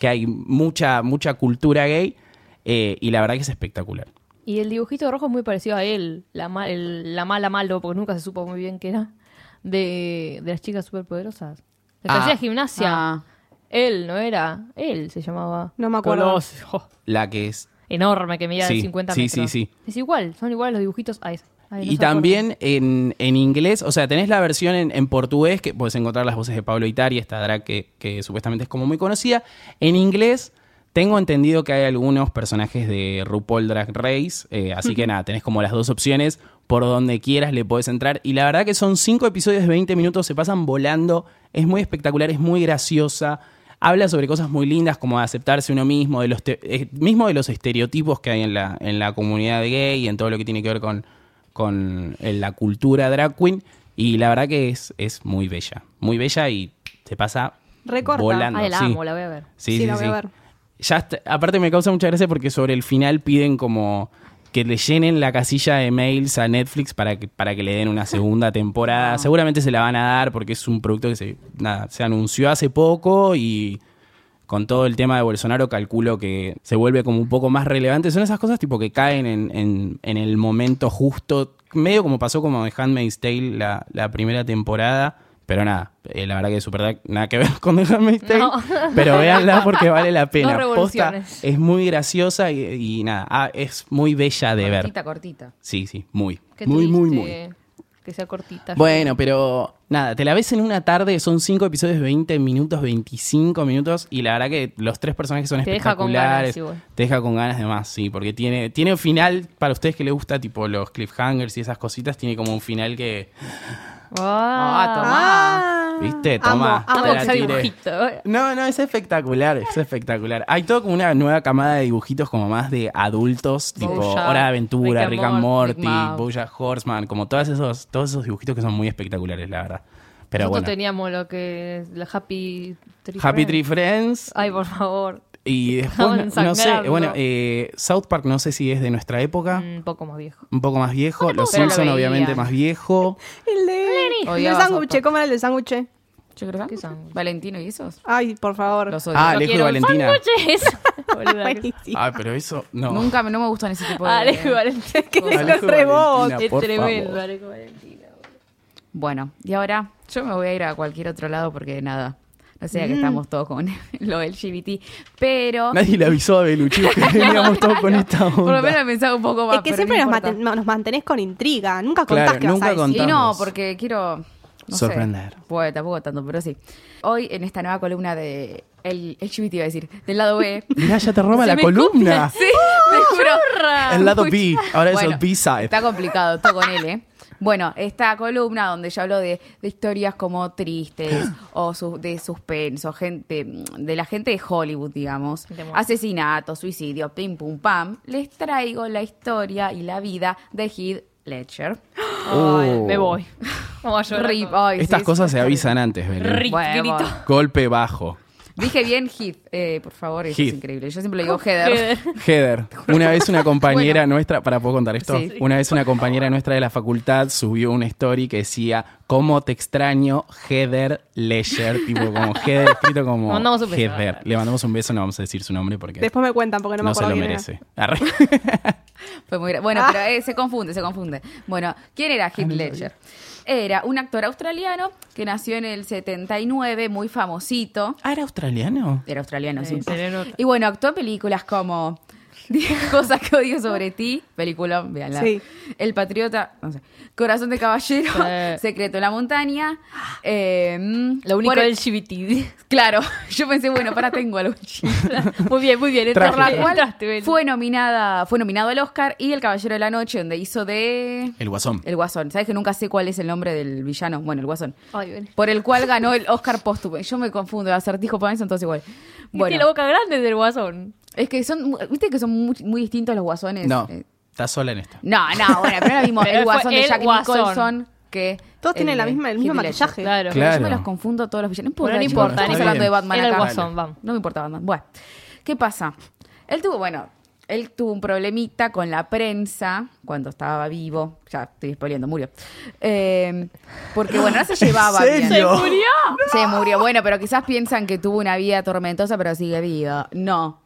que hay mucha, mucha cultura gay eh, y la verdad que es espectacular. Y el dibujito rojo es muy parecido a él, la, ma- el- la mala malo, porque nunca se supo muy bien qué era, de, de las chicas superpoderosas. La que Ah. hacía gimnasia. Ah. Él, ¿no era? Él se llamaba. No me acuerdo. Coloso. Jo, La que es enorme, que medía Sí, de 50 sí, metros. sí, sí. Es igual, son iguales los dibujitos a esa. Ay, no y se acuerda. también en, en inglés, o sea, tenés la versión en, en portugués, que puedes encontrar las voces de Pablo Itari, esta drag que, que supuestamente es como muy conocida. En inglés, tengo entendido que hay algunos personajes de RuPaul Drag Race, eh, así que nada, tenés como las dos opciones, por donde quieras le podés entrar. Y la verdad que son cinco episodios de 20 minutos, se pasan volando, es muy espectacular, es muy graciosa. Habla sobre cosas muy lindas como de aceptarse uno mismo, de los te- eh, mismo de los estereotipos que hay en la, en la comunidad gay y en todo lo que tiene que ver con, con eh, la cultura drag queen y la verdad que es, es muy bella, muy bella y se pasa Recorta. volando. Ay, la sí. Ah, amo, la voy a ver. Sí, Sí, sí, la voy a sí. ver. Ya está- aparte me causa mucha gracia porque sobre el final piden como que le llenen la casilla de mails a Netflix para que, para que le den una segunda [laughs] temporada. Seguramente se la van a dar porque es un producto que se, nada, se anunció hace poco y con todo el tema de Bolsonaro calculo que se vuelve como un poco más relevante. Son esas cosas tipo que caen en, en- en el momento justo, medio como pasó como de Handmaid's Tale la, la primera temporada. Pero nada, eh, la verdad que Super Drag nada que ver [laughs] con The Handmaid's Tale. No. Pero véanla porque vale la pena. [laughs] Dos Posta, revoluciones. es muy graciosa y, y nada, ah, es muy bella de ver. Cortita, cortita. Sí, sí, muy. Qué muy, muy, muy. triste Que sea cortita. Bueno, pero nada, te la ves en una tarde, son cinco episodios de 20 minutos, 25 minutos, y la verdad que los tres personajes son Te deja con espectaculares. ganas igual. te deja con ganas de más, sí, porque tiene, tiene un final, para ustedes que les gusta, tipo los cliffhangers y esas cositas, tiene como un final que, Ah, Ah, tomá. Ah. viste, toma, Amo, Amo te que la amo. sea tiré. dibujito. No, no, es espectacular, es espectacular. Hay todo como una nueva camada de dibujitos como más de adultos, tipo Bojack, Hora de Aventura, Rick Rick and and Morty, Morty, Big Mouth. Bojack Horseman, como todos esos, todos esos dibujitos que son muy espectaculares, la verdad. Pero Nosotros bueno, teníamos lo que. La Happy Tree Happy Friends. Tree Friends Ay, por favor. [laughs] Y después, no, no sé, Ensangrando. bueno, eh, South Park no sé si es de nuestra época, Un poco más viejo. un poco más viejo, Los Mm. pero lo Simpson veía. obviamente más viejo. El de. Lenny. El de Odiaba South sándwich, Park. ¿cómo era el de sándwich? Yo creo que ¿Qué son? Valentino y esos. Ay, por favor. Los odio. Ah, No Alejo y quiero un Valentina. [laughs] sándwiches. Boluda, que- Ah, Buenísimo. Ah, pero eso no. Nunca me- no me gustan ese tipo de. [laughs] Alejo [laughs] y Valentina. que- Los Alejo y rebos. Valentina, Es por tremendo, favor. Alejo y Valentina. boludo. Bueno, y ahora yo me voy a ir a cualquier otro lado porque nada. No sé, Mm. que estamos todos con [laughs] lo LGBT. Pero. Nadie le avisó a Beluchi [laughs] que veníamos todos con esta onda. Por lo menos he pensado un poco Ah, más. es que pero siempre no nos, importa. maten- no, nos mantenés con intriga. Nunca Claro, contás que nunca vas a decir. contás. Y no, Contamos. porque quiero no sé. Sorprender. Bueno, tampoco tanto, pero sí. Hoy en esta nueva columna de el LGBT iba a decir, del lado B. [laughs] Mirá, ya te roba Se la me columna. copia, [laughs] Sí, me juro. El lado B, Escucha. ahora es Bueno, el B-side. Está complicado, todo con L. ¿eh? Bueno, esta columna donde yo hablo de, de historias [gasps] como tristes o su- de suspenso, gente de la gente de Hollywood, digamos, De muerte. asesinatos, suicidios, pim pum pam, les traigo la historia y la vida de Heath Ledger. Ay, Oh. Me voy. [laughs] Vamos a llorar. Rip, ay, Estas sí, cosas sí, se sí. avisan antes, Belén. Rip, Bueno. grito. Golpe bajo. Dije bien Heath, eh, por favor, eso Heath. es increíble. Yo siempre le digo Heather. Heather, una vez una compañera nuestra, para poder contar esto, Sí. una vez una compañera nuestra de la facultad subió una story que decía, ¿cómo te extraño Heather Ledger? Tipo como Heather, escrito como Le mandamos un beso. Heather. Le mandamos un beso, no vamos a decir su nombre porque Después me cuentan porque no, no, me se acuerdo lo quién era. merece. Arre. Fue muy gra- Bueno, Ah. pero eh, se confunde, se confunde. Bueno, ¿quién era Heath Ledger? Era un actor australiano que nació en el 79, muy famosito. ¿Ah, era australiano? Era australiano, Sí, sí. se le nota. Y bueno, actuó en películas como Diez [laughs] cosas que odio sobre ti, película, véanla. Sí. El Patriota, no sé, Corazón de Caballero, Sí. [laughs] Secreto en la Montaña. Ah. eh, Lo único por el- del LGBT. Claro, [laughs] yo pensé, bueno, para tengo algo chido. [laughs] Muy bien, muy bien. Trágico. Por entraste, la cual entraste, Belu. fue nominada, fue nominado al Oscar y El Caballero de la Noche, donde hizo de El guasón. El Guasón. Sabes que nunca sé cuál es el nombre del villano, bueno, el Guasón. Ay, Belu. Por el cual ganó el Oscar póstumo. Yo me confundo, el acertijo para mí son todos iguales. Tiene la Bueno, boca grande del guasón. es que son, mu- viste que son muy, muy distintos los guasones. No, Eh, está sola en esta. No, no, bueno, primero [laughs] vimos Pero el fue guasón de el Jack Guasón. Nicholson que Todos tienen la de misma, el mismo Heath Ledger. maquillaje. Claro. Claro. Pero yo me los confundo todos los villanos. No Bueno, no chicos, importa, Estamos está hablando de bien. Batman Era el acá. Guasón, vamos. No me importa Batman. Bueno, ¿qué pasa? Él tuvo, bueno, él tuvo un problemita con la prensa cuando estaba vivo. Ya estoy spoileando, murió. Eh, porque, bueno, [laughs] no se [laughs] llevaba bien. serio? ¡Se murió! Se murió. Bueno, pero quizás piensan que tuvo una vida tormentosa, pero sigue viva. No.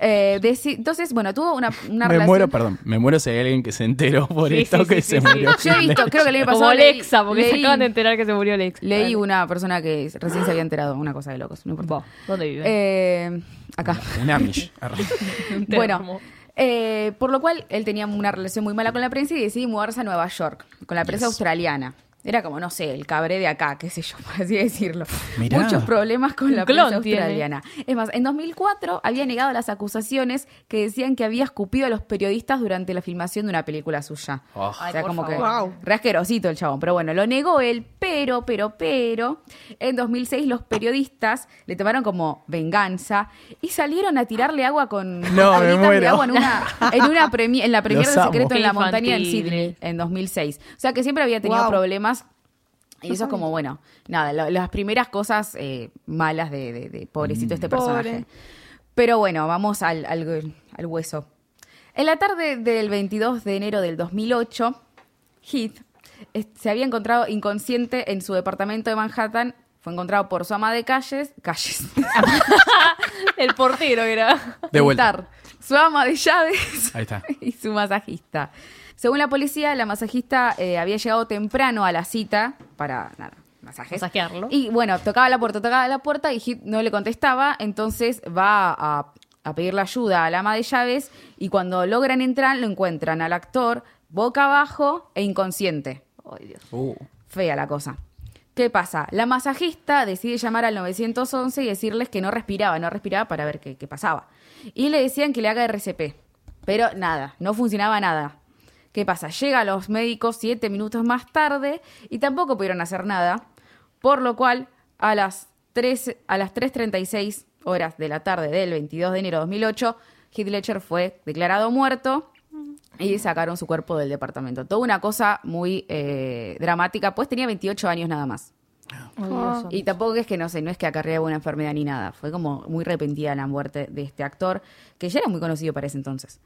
Eh, deci- entonces, bueno, tuvo una, una me relación. muero, perdón, me muero si hay alguien que se enteró por Sí, esto sí, que sí, se sí, sí. murió. Yo he visto, creo que el año pasado. Como leí- Lexa, porque se leí- acaban de enterar que se murió Lexa. Leí una persona que recién se había enterado, una cosa de locos, no importa. Bo, ¿dónde vive? Eh, acá. Un Amish. Arre. [laughs] Enfermo. Bueno, eh, por lo cual él tenía una relación muy mala con la prensa y decidí mudarse a Nueva York, con la prensa Yes. australiana. Era como, no sé, el cabré de acá, qué sé yo, [laughs] por así decirlo. Mirá. Muchos problemas con la Un clon prensa tiene. australiana. Es más, en 2004 había negado las acusaciones que decían que había escupido a los periodistas durante la filmación de una película suya. Oh. o sea, por como que favor. Wow. re asquerosito el chabón. Pero bueno, lo negó él, pero, pero, pero, en 2006 los periodistas le tomaron como venganza y salieron a tirarle agua con No, me bolitas de muero. agua en una, en una premi- en la premiere Los del amo. secreto en la montaña en Infantiles. Sydney en 2006. O sea que siempre había tenido Wow. problemas y eso es como, bueno, nada, lo- las primeras cosas eh, malas de, de- de pobrecito este Pobre. personaje. Pero bueno, vamos al, al- al hueso. En la tarde del 22 de enero del 2008, Heath es- se había encontrado inconsciente en su departamento de Manhattan. Fue encontrado por su ama de calles. Calles. [laughs] El portero que era. De vuelta. Pintar. Su ama de llaves. Ahí está. [laughs] Y su masajista. Según la policía, la masajista eh, había llegado temprano a la cita para nada, masajes. Masajearlo. Y bueno, tocaba la puerta, tocaba la puerta y Hit no le contestaba, entonces va a, a pedirle ayuda al ama de llaves y cuando logran entrar lo encuentran al actor boca abajo e inconsciente. Ay, Dios. Uh. Fea la cosa. ¿Qué pasa? La masajista decide llamar al 911 y decirles que no respiraba, no respiraba para ver qué, qué pasaba. Y le decían que le haga RCP. Pero nada, no funcionaba nada. ¿Qué pasa? Llega a los médicos siete minutos más tarde y tampoco pudieron hacer nada. Por lo cual, a las, 3, a las 3.36 horas de la tarde del 22 de enero de 2008, Heath Ledger fue declarado muerto y sacaron su cuerpo del departamento. Toda una cosa muy eh, dramática, pues tenía 28 años nada más. Odioso. Y tampoco es que no sé, no es que acarreaba una enfermedad ni nada. Fue como muy repentina la muerte de este actor, que ya era muy conocido para ese entonces.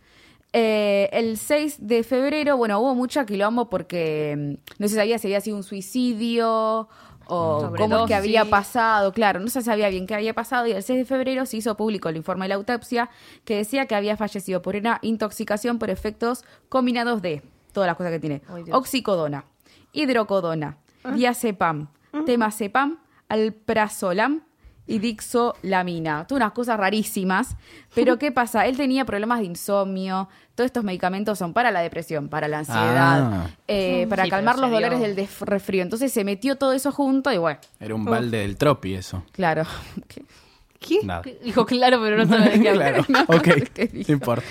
Eh, el 6 de febrero, bueno, hubo mucho quilombo porque mm, no se sabía si había sido un suicidio o cómo es que Sobredosis. había pasado. Claro, no se sabía bien qué había pasado. Y el 6 de febrero se hizo público el informe de la autopsia que decía que había fallecido por una intoxicación por efectos combinados de todas las cosas que tiene: Ay, Dios. Ah. oxicodona, hidrocodona, diazepam, temazepam, alprazolam y dixolamina. Todas unas cosas rarísimas. Pero ¿qué pasa? Él tenía problemas de insomnio. Todos estos medicamentos son para la depresión, para la ansiedad, Ah. eh, para Sí, pero calmar se los vio. dolores del des- resfrío. Entonces se metió todo eso junto y bueno, Era un balde del tropi [laughs] eso. claro. [laughs] ¿Qué? ¿Qué? Nada. Dijo claro, pero no sabe de qué hablar. claro. No, ok. ¿qué No dijo? importa.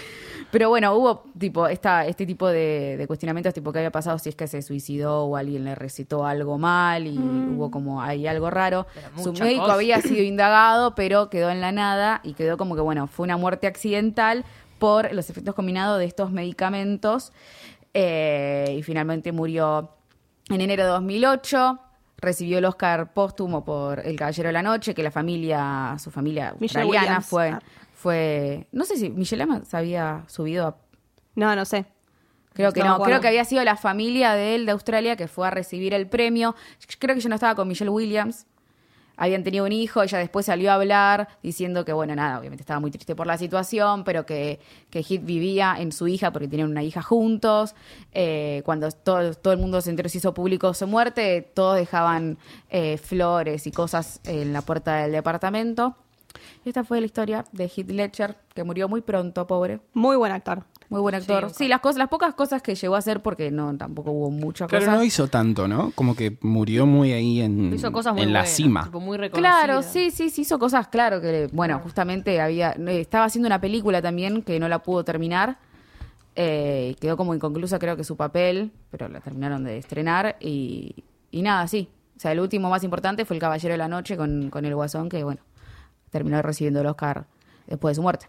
Pero bueno, hubo tipo esta, este tipo de, de cuestionamientos, tipo qué había pasado si es que se suicidó o alguien le recitó algo mal y hubo como ahí algo raro. Pero Su mucha médico cosa. había sido indagado, pero quedó en la nada y quedó como que, bueno, fue una muerte accidental por los efectos combinados de estos medicamentos Eh, y finalmente murió en enero de 2008. Recibió el Oscar póstumo por El Caballero de la Noche, que la familia, su familia Michelle australiana Williams. fue Ah. fue no sé si Michelle Ama se había subido a- No, no sé. creo que No me no, acuerdo. creo que había sido la familia de él de Australia que fue a recibir el premio creo que yo no estaba con Michelle Williams habían tenido un hijo, ella después salió a hablar diciendo que, bueno, nada, obviamente estaba muy triste por la situación, pero que, que Hit vivía en su hija porque tenían una hija juntos. Eh, cuando todo, todo el mundo se enteró, se hizo público su muerte, todos dejaban eh, flores y cosas en la puerta del departamento. Y esta fue la historia de Heath Ledger, que murió muy pronto, pobre. Muy buen actor. Muy buen actor. Sí, las cosas, las pocas cosas que llegó a hacer, porque no, tampoco hubo muchas Claro, cosas. no hizo tanto, ¿no? Como que murió muy ahí en, Hizo cosas muy en la buenas, cima. tipo, muy reconocidas. Claro, sí, sí, sí, hizo cosas, claro, que, Ah. bueno, justamente había, no, estaba haciendo una película también que no la pudo terminar, eh, y quedó como inconclusa creo que su papel, pero la terminaron de estrenar, y, y nada, sí. O sea, el último más importante fue El Caballero de la Noche con, con el Guasón, que bueno, terminó recibiendo el Oscar después de su muerte.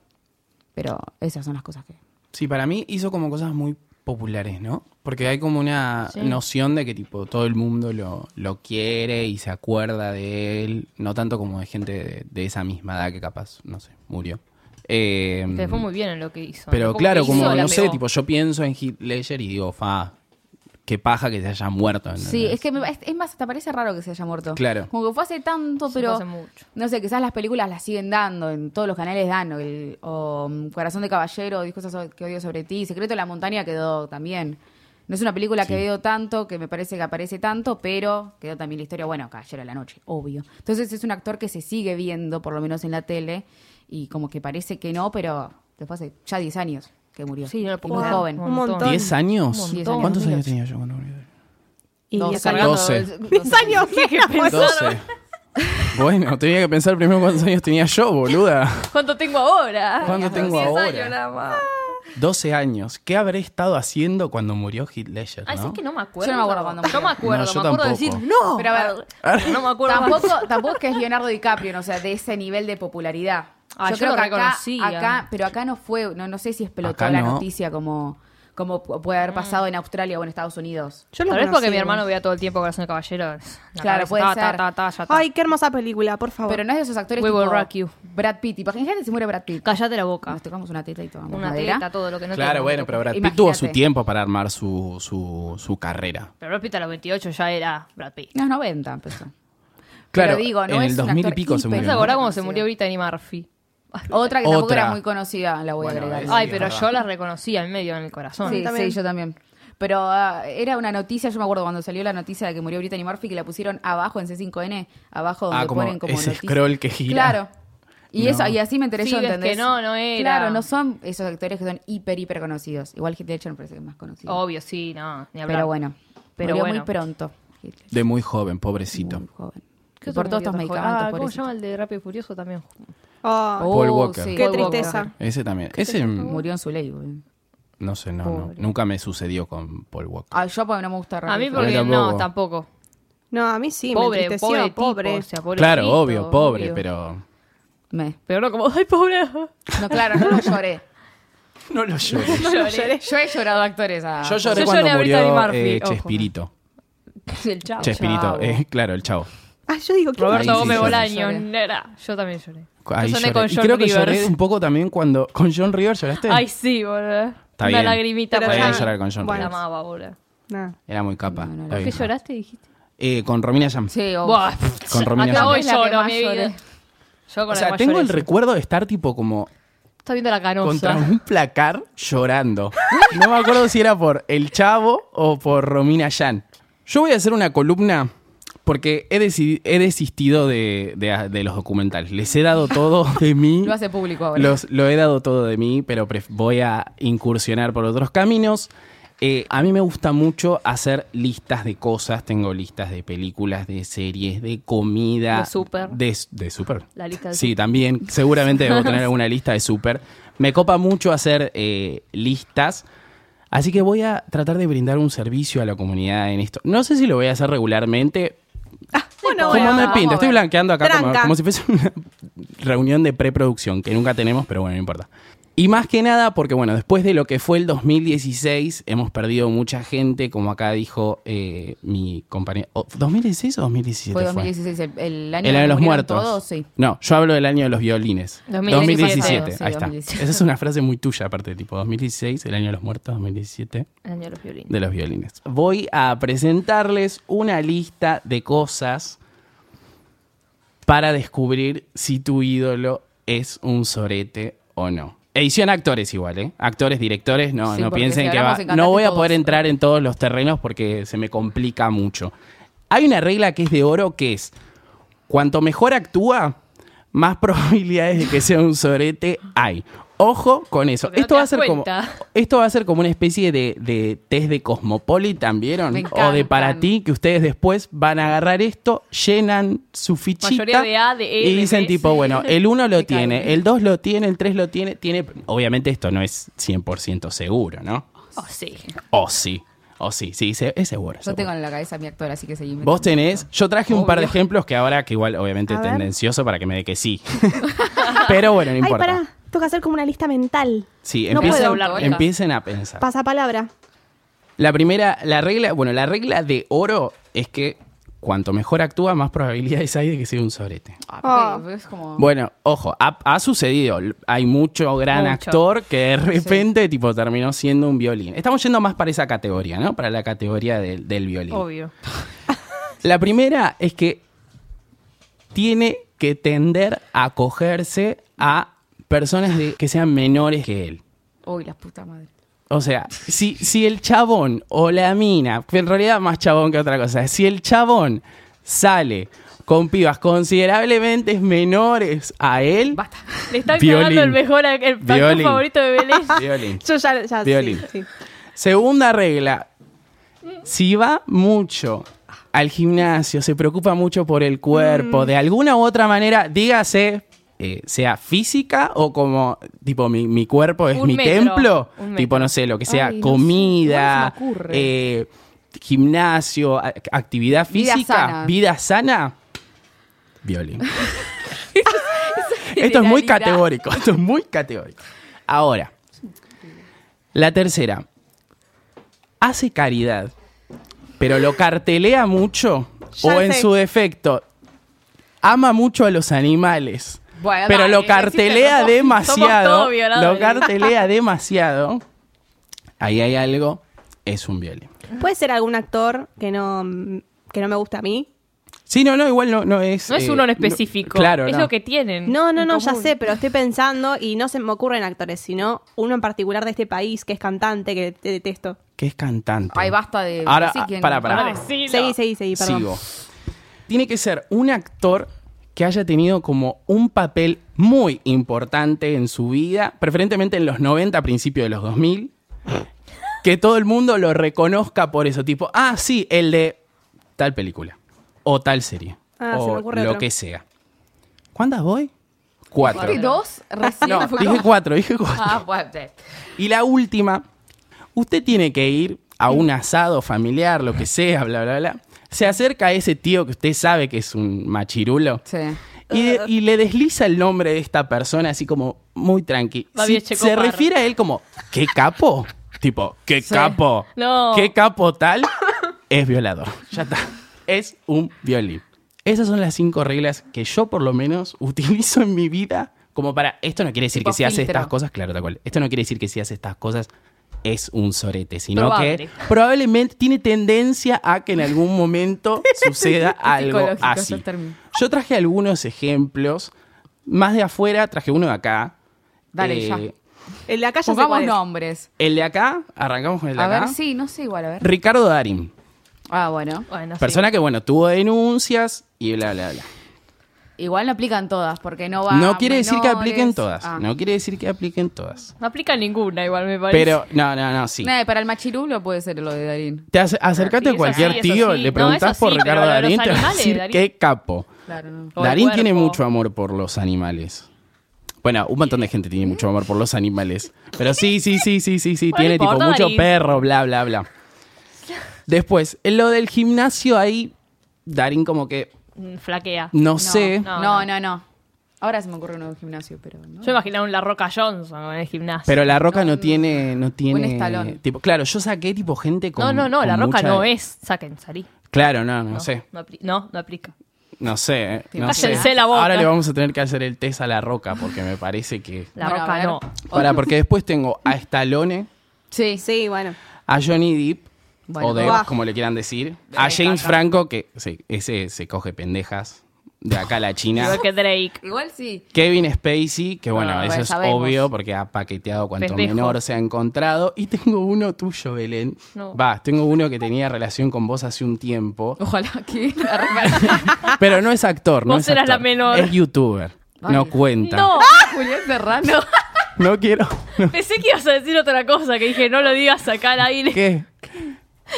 Pero esas son las cosas que... Sí, para mí hizo como cosas muy populares, ¿no? Porque hay como una noción de que tipo todo el mundo lo, lo quiere y se acuerda de él, no tanto como de gente de, de esa misma edad que capaz, no sé, murió. Eh, Se le Este, fue muy bien en lo que hizo. pero Como que claro, hizo, como la no sé, pegó. tipo yo pienso en Heath Ledger y digo, fa, qué paja que se haya muerto. ¿entendés? Sí, es que me- es, es más, hasta parece raro que se haya muerto. Claro. Como que fue hace tanto, Sí, pero... fue hace mucho. No sé, quizás las películas las siguen dando, en todos los canales dan, o, el- o, mm, Corazón de Caballero, Discos que odio sobre ti, Secreto de la Montaña quedó también. No es una película que veo tanto, que me parece que aparece tanto, pero quedó también la historia, bueno, Caballero de la Noche, obvio. Entonces es un actor que se sigue viendo, por lo menos en la tele, y como que parece que no, pero después hace ya 10 años que murió. Sí, no lo puedo Muy creer. joven. Un montón. ¿Diez años? Un montón. ¿Cuántos años 2008. tenía yo cuando murió? Y Dos acá- años. Doce. Mis años. Doce. Bueno, tenía que pensar primero cuántos años tenía yo, boluda. [laughs] ¿Cuánto tengo ahora? ¿Cuánto tengo 10 ahora? años nada más. 12 años. ¿Qué habré estado haciendo cuando murió Heath Ledger? Ay, ¿no? Ah, es que no me acuerdo. Yo no me acuerdo cuando No me acuerdo, No, yo me acuerdo de tampoco. decir, no, Pero a ver, pero no me acuerdo. Tampoco, tampoco es que es Leonardo DiCaprio, no, o sea, de ese nivel de popularidad. Ah, yo lo que acá, reconocía. acá- pero acá no fue, no, no sé si explotó Acá la no. noticia como, como pu- puede haber pasado Mm. en Australia o en Estados Unidos. Yo lo Tal vez porque conocí, mi hermano vos. veía todo el tiempo Corazón de Caballero. La Claro, cabeza, puede ta, ta, ser. ta, ta, ya está. Ay, qué hermosa película, por favor. Pero no es de esos actores Oh. We will tipo rock you. Brad Pitt. Imagínate si muere Brad Pitt. Callate la boca. Nos tocamos una teta y tomamos Una madera. teta, todo lo que no Claro, tengo. bueno, pero Brad Pitt Imagínate. tuvo su tiempo para armar su, su, su carrera. Pero Brad Pitt a los 28 ya era Brad Pitt. En los 90 empezó. Claro, Pero digo, no en es el un 2000 y actor pico se hiper- murió. ¿No se ¿no? acordás cómo se murió Brittany Murphy? Otra que tampoco Otra. era muy conocida, la voy a Bueno, agregar. es- Ay, Sí, pero verdad. yo la reconocí, a mí me dio en el corazón. Sí, también. sí, yo también. Pero ah, era una noticia, yo me acuerdo cuando salió la noticia de que murió Brittany Murphy, que la pusieron abajo en C5N, abajo donde Ah, como ponen como ese noticias. scroll que gira. Claro. Y No. eso, y así me enteré Sí, yo, ves que ¿entendés? no, no era. Claro, no son esos actores que son hiper, hiper conocidos. Igual Heath Ledger me parece que es más conocido. Obvio, sí, no, ni hablar. Pero bueno, Pero murió bueno. muy pronto. Heath Ledger, De muy joven, pobrecito. muy joven. ¿Qué por otro todos estos murió tan joven? Ah, ¿Cómo medicamentos, se pobrecito. llama el de Rápido y Furioso también? Oh, Oh, Paul Walker. sí, qué Paul Walker. tristeza. Ese también. Ese, mm, Murió en su ley, boludo. no sé, no, no. Nunca me sucedió con Paul Walker. Ah, yo porque no me gusta A mí Rápido. porque tampoco. no, tampoco. No, a mí sí, me Pobre, entristeció, pobre, pobre. pobre. O sea, pobrecito, claro, obvio, pobre, pero... Me- Pero no como, ay, pobre. No, claro, no lo [laughs] lloré. No lo lloré. Lloré. Yo he llorado a actores a... Yo lloré Yo cuando lloré a murió Brittany Murphy, eh, ojo. Ah, Chespirito. El chavo. Chespirito, Chavo. eh, claro, el chavo. Ah, yo digo, ¿qué Ahí sí Roberto Gómez lloré. Bolaño. Lloré. nena. Yo también lloré. Ahí Yo soné lloré. con Y John creo que lloré Rivers. un poco también cuando. ¿Con John River lloraste? Ay, sí, boludo. Una bien. lagrimita Pero por ya- ahí. Podían llorar con John La Bueno. Rivers. amaba, boludo. Nah. Era muy capa. No, no, no. Está ¿Qué bien. lloraste, dijiste? Eh, con Romina Yam. Sí, o- Buah, Con Romina Hasta Yam. hoy Es la que lloro, más mi vida. lloré. Yo con O la sea, que más tengo lloré, el sí. recuerdo de estar tipo como Está viendo la contra [laughs] canosa. un placar llorando. No me acuerdo si era por El Chavo o por Romina Yan. Yo voy a hacer una columna porque he, decidi- he desistido de, de- de los documentales. Les he dado todo de [laughs] mí. Lo hace público ahora. Los- lo he dado todo de mí, pero pref- voy a incursionar por otros caminos. Eh, a mí me gusta mucho hacer listas de cosas. Tengo listas de películas, de series, de comida. De súper. De, de súper. La lista de Sí, también. Seguramente debo tener alguna lista de súper. Me copa mucho hacer eh, listas. Así que voy a tratar de brindar un servicio a la comunidad en esto. No sé si lo voy a hacer regularmente. como Bueno, bueno, me vamos pinta, a estoy ver. blanqueando acá como, Tranca. como si fuese una [laughs] reunión de preproducción que nunca tenemos, pero bueno, no importa. Y más que nada, porque bueno, después de lo que fue el 2016, hemos perdido mucha gente, como acá dijo eh, mi compañero. oh, ¿2016 o 2017? Fue 2016, el, el año El año de donde los murieron muertos. Todos, sí. No, yo hablo del año de los violines. 2017. 2017, Sí, ahí está. 2017. Esa es una frase muy tuya, aparte, tipo 2016, el año de los muertos, 2017, El año de los violines. de los violines. Voy a presentarles una lista de cosas para descubrir si tu ídolo es un sorete o no. Edición actores igual, ¿eh? Actores, directores, no, Sí, no porque piensen si que va... hablamos en No voy a cantantes poder todos. entrar en todos los terrenos porque se me complica mucho. Hay una regla que es de oro que es, cuanto mejor actúa, más [laughs] probabilidades de que sea un sorete hay. Ojo con eso. Porque no esto, te va a das ser como, cuenta. esto va a ser como una especie de, de test de Cosmopolitan, ¿vieron? Me O de para encantan. ti, que ustedes después van a agarrar esto, llenan su fichita Mayoría de A, de E, y de dicen B, tipo, sí. bueno, el 1 lo Me cago. tiene, el 2 lo tiene, el 3 lo tiene, tiene... Obviamente esto no es 100% seguro, ¿no? Oh, sí. O sí, o sí, sí, se- es seguro. Yo seguro. tengo en la cabeza a mi actor, así que seguí. Vos tenés, yo traje un par de ejemplos que ahora que igual obviamente A ver. tendencioso para que me dé que [laughs] sí. Pero bueno, no Ay, importa. pará. Tengo que hacer como una lista mental. Sí, No empiecen, puedo hablar, Rebeca. empiecen a pensar. Pasapalabra. La primera, la regla, bueno, la regla de oro es que cuanto mejor actúa, más probabilidades hay de que sea un sobrete. Ah, Oh. Es como... Bueno, ojo, ha, ha sucedido. Hay mucho gran Mucho. actor que de repente tipo terminó siendo un violín. Estamos yendo más para esa categoría, ¿no? Para la categoría del- del violín. Obvio. La primera es que tiene que tender a acogerse a personas de- que sean menores que él. Uy, la puta madre. O sea, si, si el chabón o la mina, que en realidad más chabón que otra cosa, si el chabón sale con pibas considerablemente menores a él, Basta. Le están Violín. cagando el mejor, el actor Violín. favorito de Belén. [laughs] violín. Yo ya, ya sí, Violín. sí. Segunda regla. Si va mucho al gimnasio, se preocupa mucho por el Mm. cuerpo, de alguna u otra manera, dígase, eh, sea física o como, tipo, mi, mi cuerpo es Un mi metro, templo, un metro. tipo, no sé, lo que sea, Ay, no sé, comida, ¿cómo se me ocurre? eh, gimnasio, a- actividad Vida física, sana. vida sana, [laughs] violín. Esto es muy Generalidad. categórico, esto es muy categórico. Ahora, la tercera. Hace caridad, pero lo cartelea mucho Ya o en sé. su defecto ama mucho a los animales. Bueno, pero dale, lo decime, cartelea somos- somos demasiado. todos violadores. Lo cartelea demasiado. Ahí hay algo, es un violín. Puede ser algún actor que no, mm, que no me gusta a mí. Sí, no, no, igual no, no es. No es eh, uno en no- específico. claro, Es no. lo que tienen. No, no, en no, ya común. sé, pero estoy pensando y no se me ocurren actores, sino uno en particular de este país que es cantante, que te detesto. Que es cantante. Ay, basta de- Ahora, ah, sí, ¿quién? para, para. Dale, sí, no. Seguí, seguí, seguí, perdón. Sigo. Tiene que ser un actor que haya tenido como un papel muy importante en su vida, preferentemente en los 90, a principios de los 2000, que todo el mundo lo reconozca por eso, tipo, ah, sí, el de tal película, o tal serie, Ah, se me o ocurre lo otro. que sea. ¿Cuántas voy? Cuatro. [laughs] ¿Dijiste dos? Recién No, fue dije como- cuatro, dije cuatro. Ah, fuerte. Y la última, usted tiene que ir a un asado familiar, lo que sea, bla, bla, bla. Se acerca a ese tío que usted sabe que es un machirulo Sí. Ah, y, de- y le desliza el nombre de esta persona así como muy tranqui. Va Si bien, Checo se Parra. refiere a él como, ¿qué capo? Tipo, ¿qué Sí. capo? No. ¿Qué capo tal? Es violador. Ya está. Es un violín. Esas son las cinco reglas que yo por lo menos [laughs] utilizo en mi vida como para... Esto no quiere decir Tipo que si haces filtro. estas cosas, claro, tal cual. Esto no quiere decir que si haces estas cosas es un sorete, sino Probable. que probablemente tiene tendencia a que en algún momento suceda algo psicológico, ya así. termino. Yo traje algunos ejemplos, más de afuera, traje uno de acá. Eh, Dale, ya. El de acá ya sé Pongamos cuál es. nombres. El de acá, arrancamos con el de A acá. ver, sí, no sé igual, a ver. Ricardo Darín. Ah, bueno. Bueno, sí. Persona que, bueno, tuvo denuncias y bla, bla, bla. Igual no aplican todas, porque no va. no quiere decir que menores. apliquen todas. Ah. No quiere decir que apliquen todas. No aplica ninguna, igual me parece. Pero, no, no, no, sí. Nah, para el machirulo puede ser lo de Darín. Te ace- acercate Sí, a eso cualquier sí, eso tío, sí. le No, preguntás eso por sí, Ricardo pero lo de Darín, los te va a animales, decir Darín. qué capo. Claro, no. O el Darín tiene cuerpo. mucho amor por los animales. Bueno, un montón de gente tiene mucho amor por los animales. Pero sí, sí, sí, sí, sí, sí. No tiene tipo importa, mucho Darín. perro, bla, bla, bla. Después, en lo del gimnasio ahí, Darín como que, Mm, Flaquea. no, sé. no, No, no, no. Ahora se me ocurre un nuevo gimnasio, pero. No. Yo imaginaba un La Roca Johnson en el gimnasio. Pero La Roca no, tiene, no tiene. Stallone. tipo, claro, yo saqué tipo gente con. no, no, no, con La Roca mucha- no es. Saquen, salí. Claro, no, no, No, sé. No, apli- no, no aplica. No sé, eh, no sé. Cállense la boca. Ahora le vamos a tener que hacer el test a La Roca porque me parece [laughs] que. La Bueno, a Roca ver. no. Para, porque después tengo a Stallone, Sí. Sí, bueno. a Johnny Depp, Bueno. o Depp, Buah. como le quieran decir, a James Franco, que sí, ese se coge pendejas de acá a la China. Igual que Drake. Igual sí. Kevin Spacey, que bueno, Ah, eso bueno, es sabemos. obvio porque ha paqueteado cuanto Pendejo. menor se ha encontrado. Y tengo uno tuyo, Belén. No. Va, tengo uno que tenía relación con vos hace un tiempo, [laughs] Ojalá que. [laughs] pero no es actor. No Vos es eras actor, la menor. Es youtuber. Ay. No cuenta. [laughs] No, Ah, Julián [laughs] Serrano. No quiero. no. pensé que ibas a decir otra cosa, que dije, no lo digas acá al aire. [laughs] ¿Qué?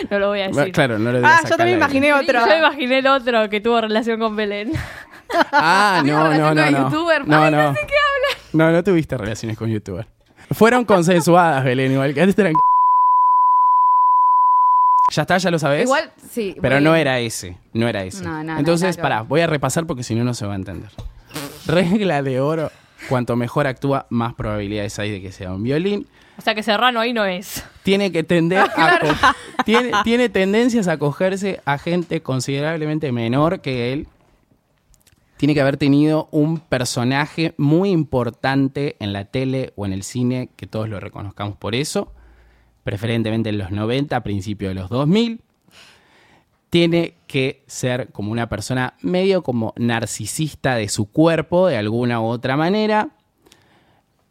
No lo voy a Bueno, decir. Claro, no lo digas Ah, acá yo también al aire. imaginé otro. Yo imaginé el otro que tuvo relación con Belén. Ah, Tengo no, no, relación no. con No, youtuber. no, Ay, no. no sé qué hablan. No, no tuviste relaciones con youtuber. Fueron consensuadas, Belén, igual que antes eran. Ya está, ya lo sabes. Igual sí. Pero bueno. no era ese, no era ese. No, no, no, Entonces, nada que pará, ver. voy a repasar porque si no, no se va a entender. Regla de oro, cuanto mejor actúa, más probabilidades hay de que sea un violín. O sea que Serrano ahí no es. Tiene que tender a co- tiene, tiene tendencias a acogerse a gente considerablemente menor que él. Tiene que haber tenido un personaje muy importante en la tele o en el cine, que todos lo reconozcamos por eso, preferentemente en los 90, a principios de los 2000. Tiene que ser como una persona medio como narcisista de su cuerpo, de alguna u otra manera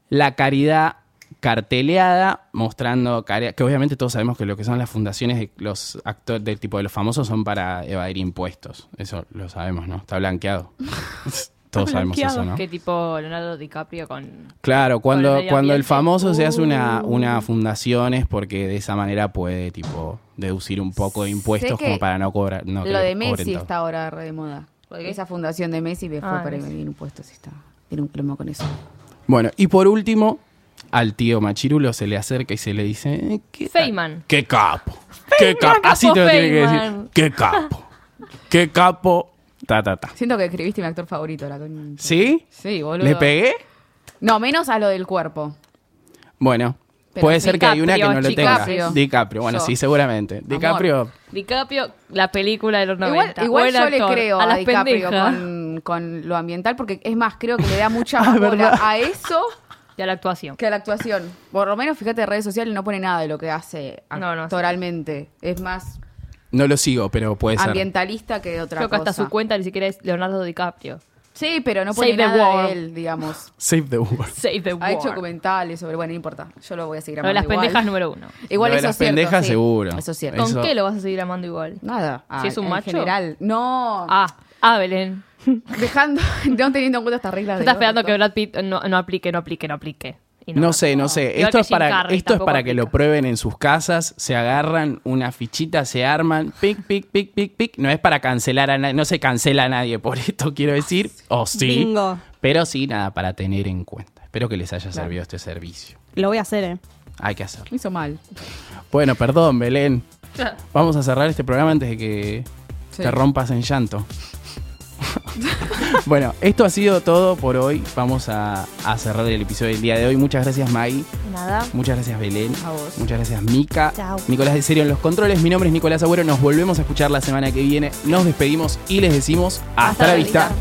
la caridad carteleada mostrando care- que obviamente todos sabemos que lo que son las fundaciones de los actores del tipo de los famosos son para evadir impuestos eso lo sabemos no está blanqueado [laughs] todos sabemos eso no Que tipo Leonardo DiCaprio con... claro Con cuando el medio cuando el ambiente. famoso se hace una una fundación es porque de esa manera puede tipo deducir un poco de impuestos que como para no cobrar no que Lo le de cobren Messi todo. está ahora re de moda. Esa fundación de Messi que fue Ah, para Messi. venir impuestos. Está. Tiene un plomo con eso. bueno y por último al tío Machirulo se le acerca y se le dice eh, ¿qué tal? Feynman. Qué capo. Qué capo. capo Así te lo tiene que decir. Feynman. Qué capo. Qué capo. Ta, ta, ta. Siento que escribiste mi actor favorito, la con... ¿Sí? Sí, boludo. ¿Le pegué? No, menos a lo del cuerpo. Bueno. Pero puede ser que hay una que no DiCaprio, lo tenga. chicas. DiCaprio. Bueno, Yo. sí, seguramente. DiCaprio. DiCaprio, la película de los 90. Igual, igual Buen yo le actor. creo a, a, las DiCaprio pendejas con, con lo ambiental, porque es más, creo que le [laughs] da mucha Ah, más bola a eso y a la actuación. que a la actuación. Por lo menos, fíjate, redes sociales no pone nada de lo que hace No, no. actoralmente. Es más No lo sigo, pero puede ser. ambientalista que otra Creo que cosa. hasta su cuenta ni siquiera es Leonardo DiCaprio. Sí, pero no Save pone the nada world. de él, digamos. Save the world. Save the Ha world. hecho documentales sobre, bueno, no importa. Yo lo voy a seguir Lo de amando las igual. pendejas número uno. Igual Lo de eso las es cierto, pendejas, sí. seguro. Eso es cierto. ¿Con Eso- qué lo vas a seguir amando igual? Nada. Si es un en macho. general. No. Ah, ah, Belén. Dejando, [laughs] no teniendo en cuenta estas reglas. Tú de estás esperando orto. que Brad Pitt no, no aplique, no aplique, no aplique. Y No sé, no sé. Igual Esto que es Jim para, Carrey, esto es tampoco para que lo aplica. prueben en sus casas, se agarran una fichita, se arman, pic, pic, pic, pic, pic. No es para cancelar a nadie, no se cancela a nadie por esto, quiero decir. O sí. Bingo. Pero sí, nada, para tener en cuenta. Espero que les haya servido este servicio. Lo voy a hacer, eh. Hay que hacerlo. Me hizo mal. Bueno, perdón, Belén. [laughs] Vamos a cerrar este programa antes de que Sí. te rompas en llanto. [laughs] bueno, esto ha sido todo por hoy. Vamos a, a cerrar el episodio del día de hoy. Muchas gracias, Maggie, Nada. Muchas gracias Belén. A vos. Muchas gracias Mica. Chao. Nicolás de Serio en los controles. Mi nombre es Nicolás Agüero. Nos volvemos a escuchar la semana que viene. Nos despedimos y les decimos hasta, la vista.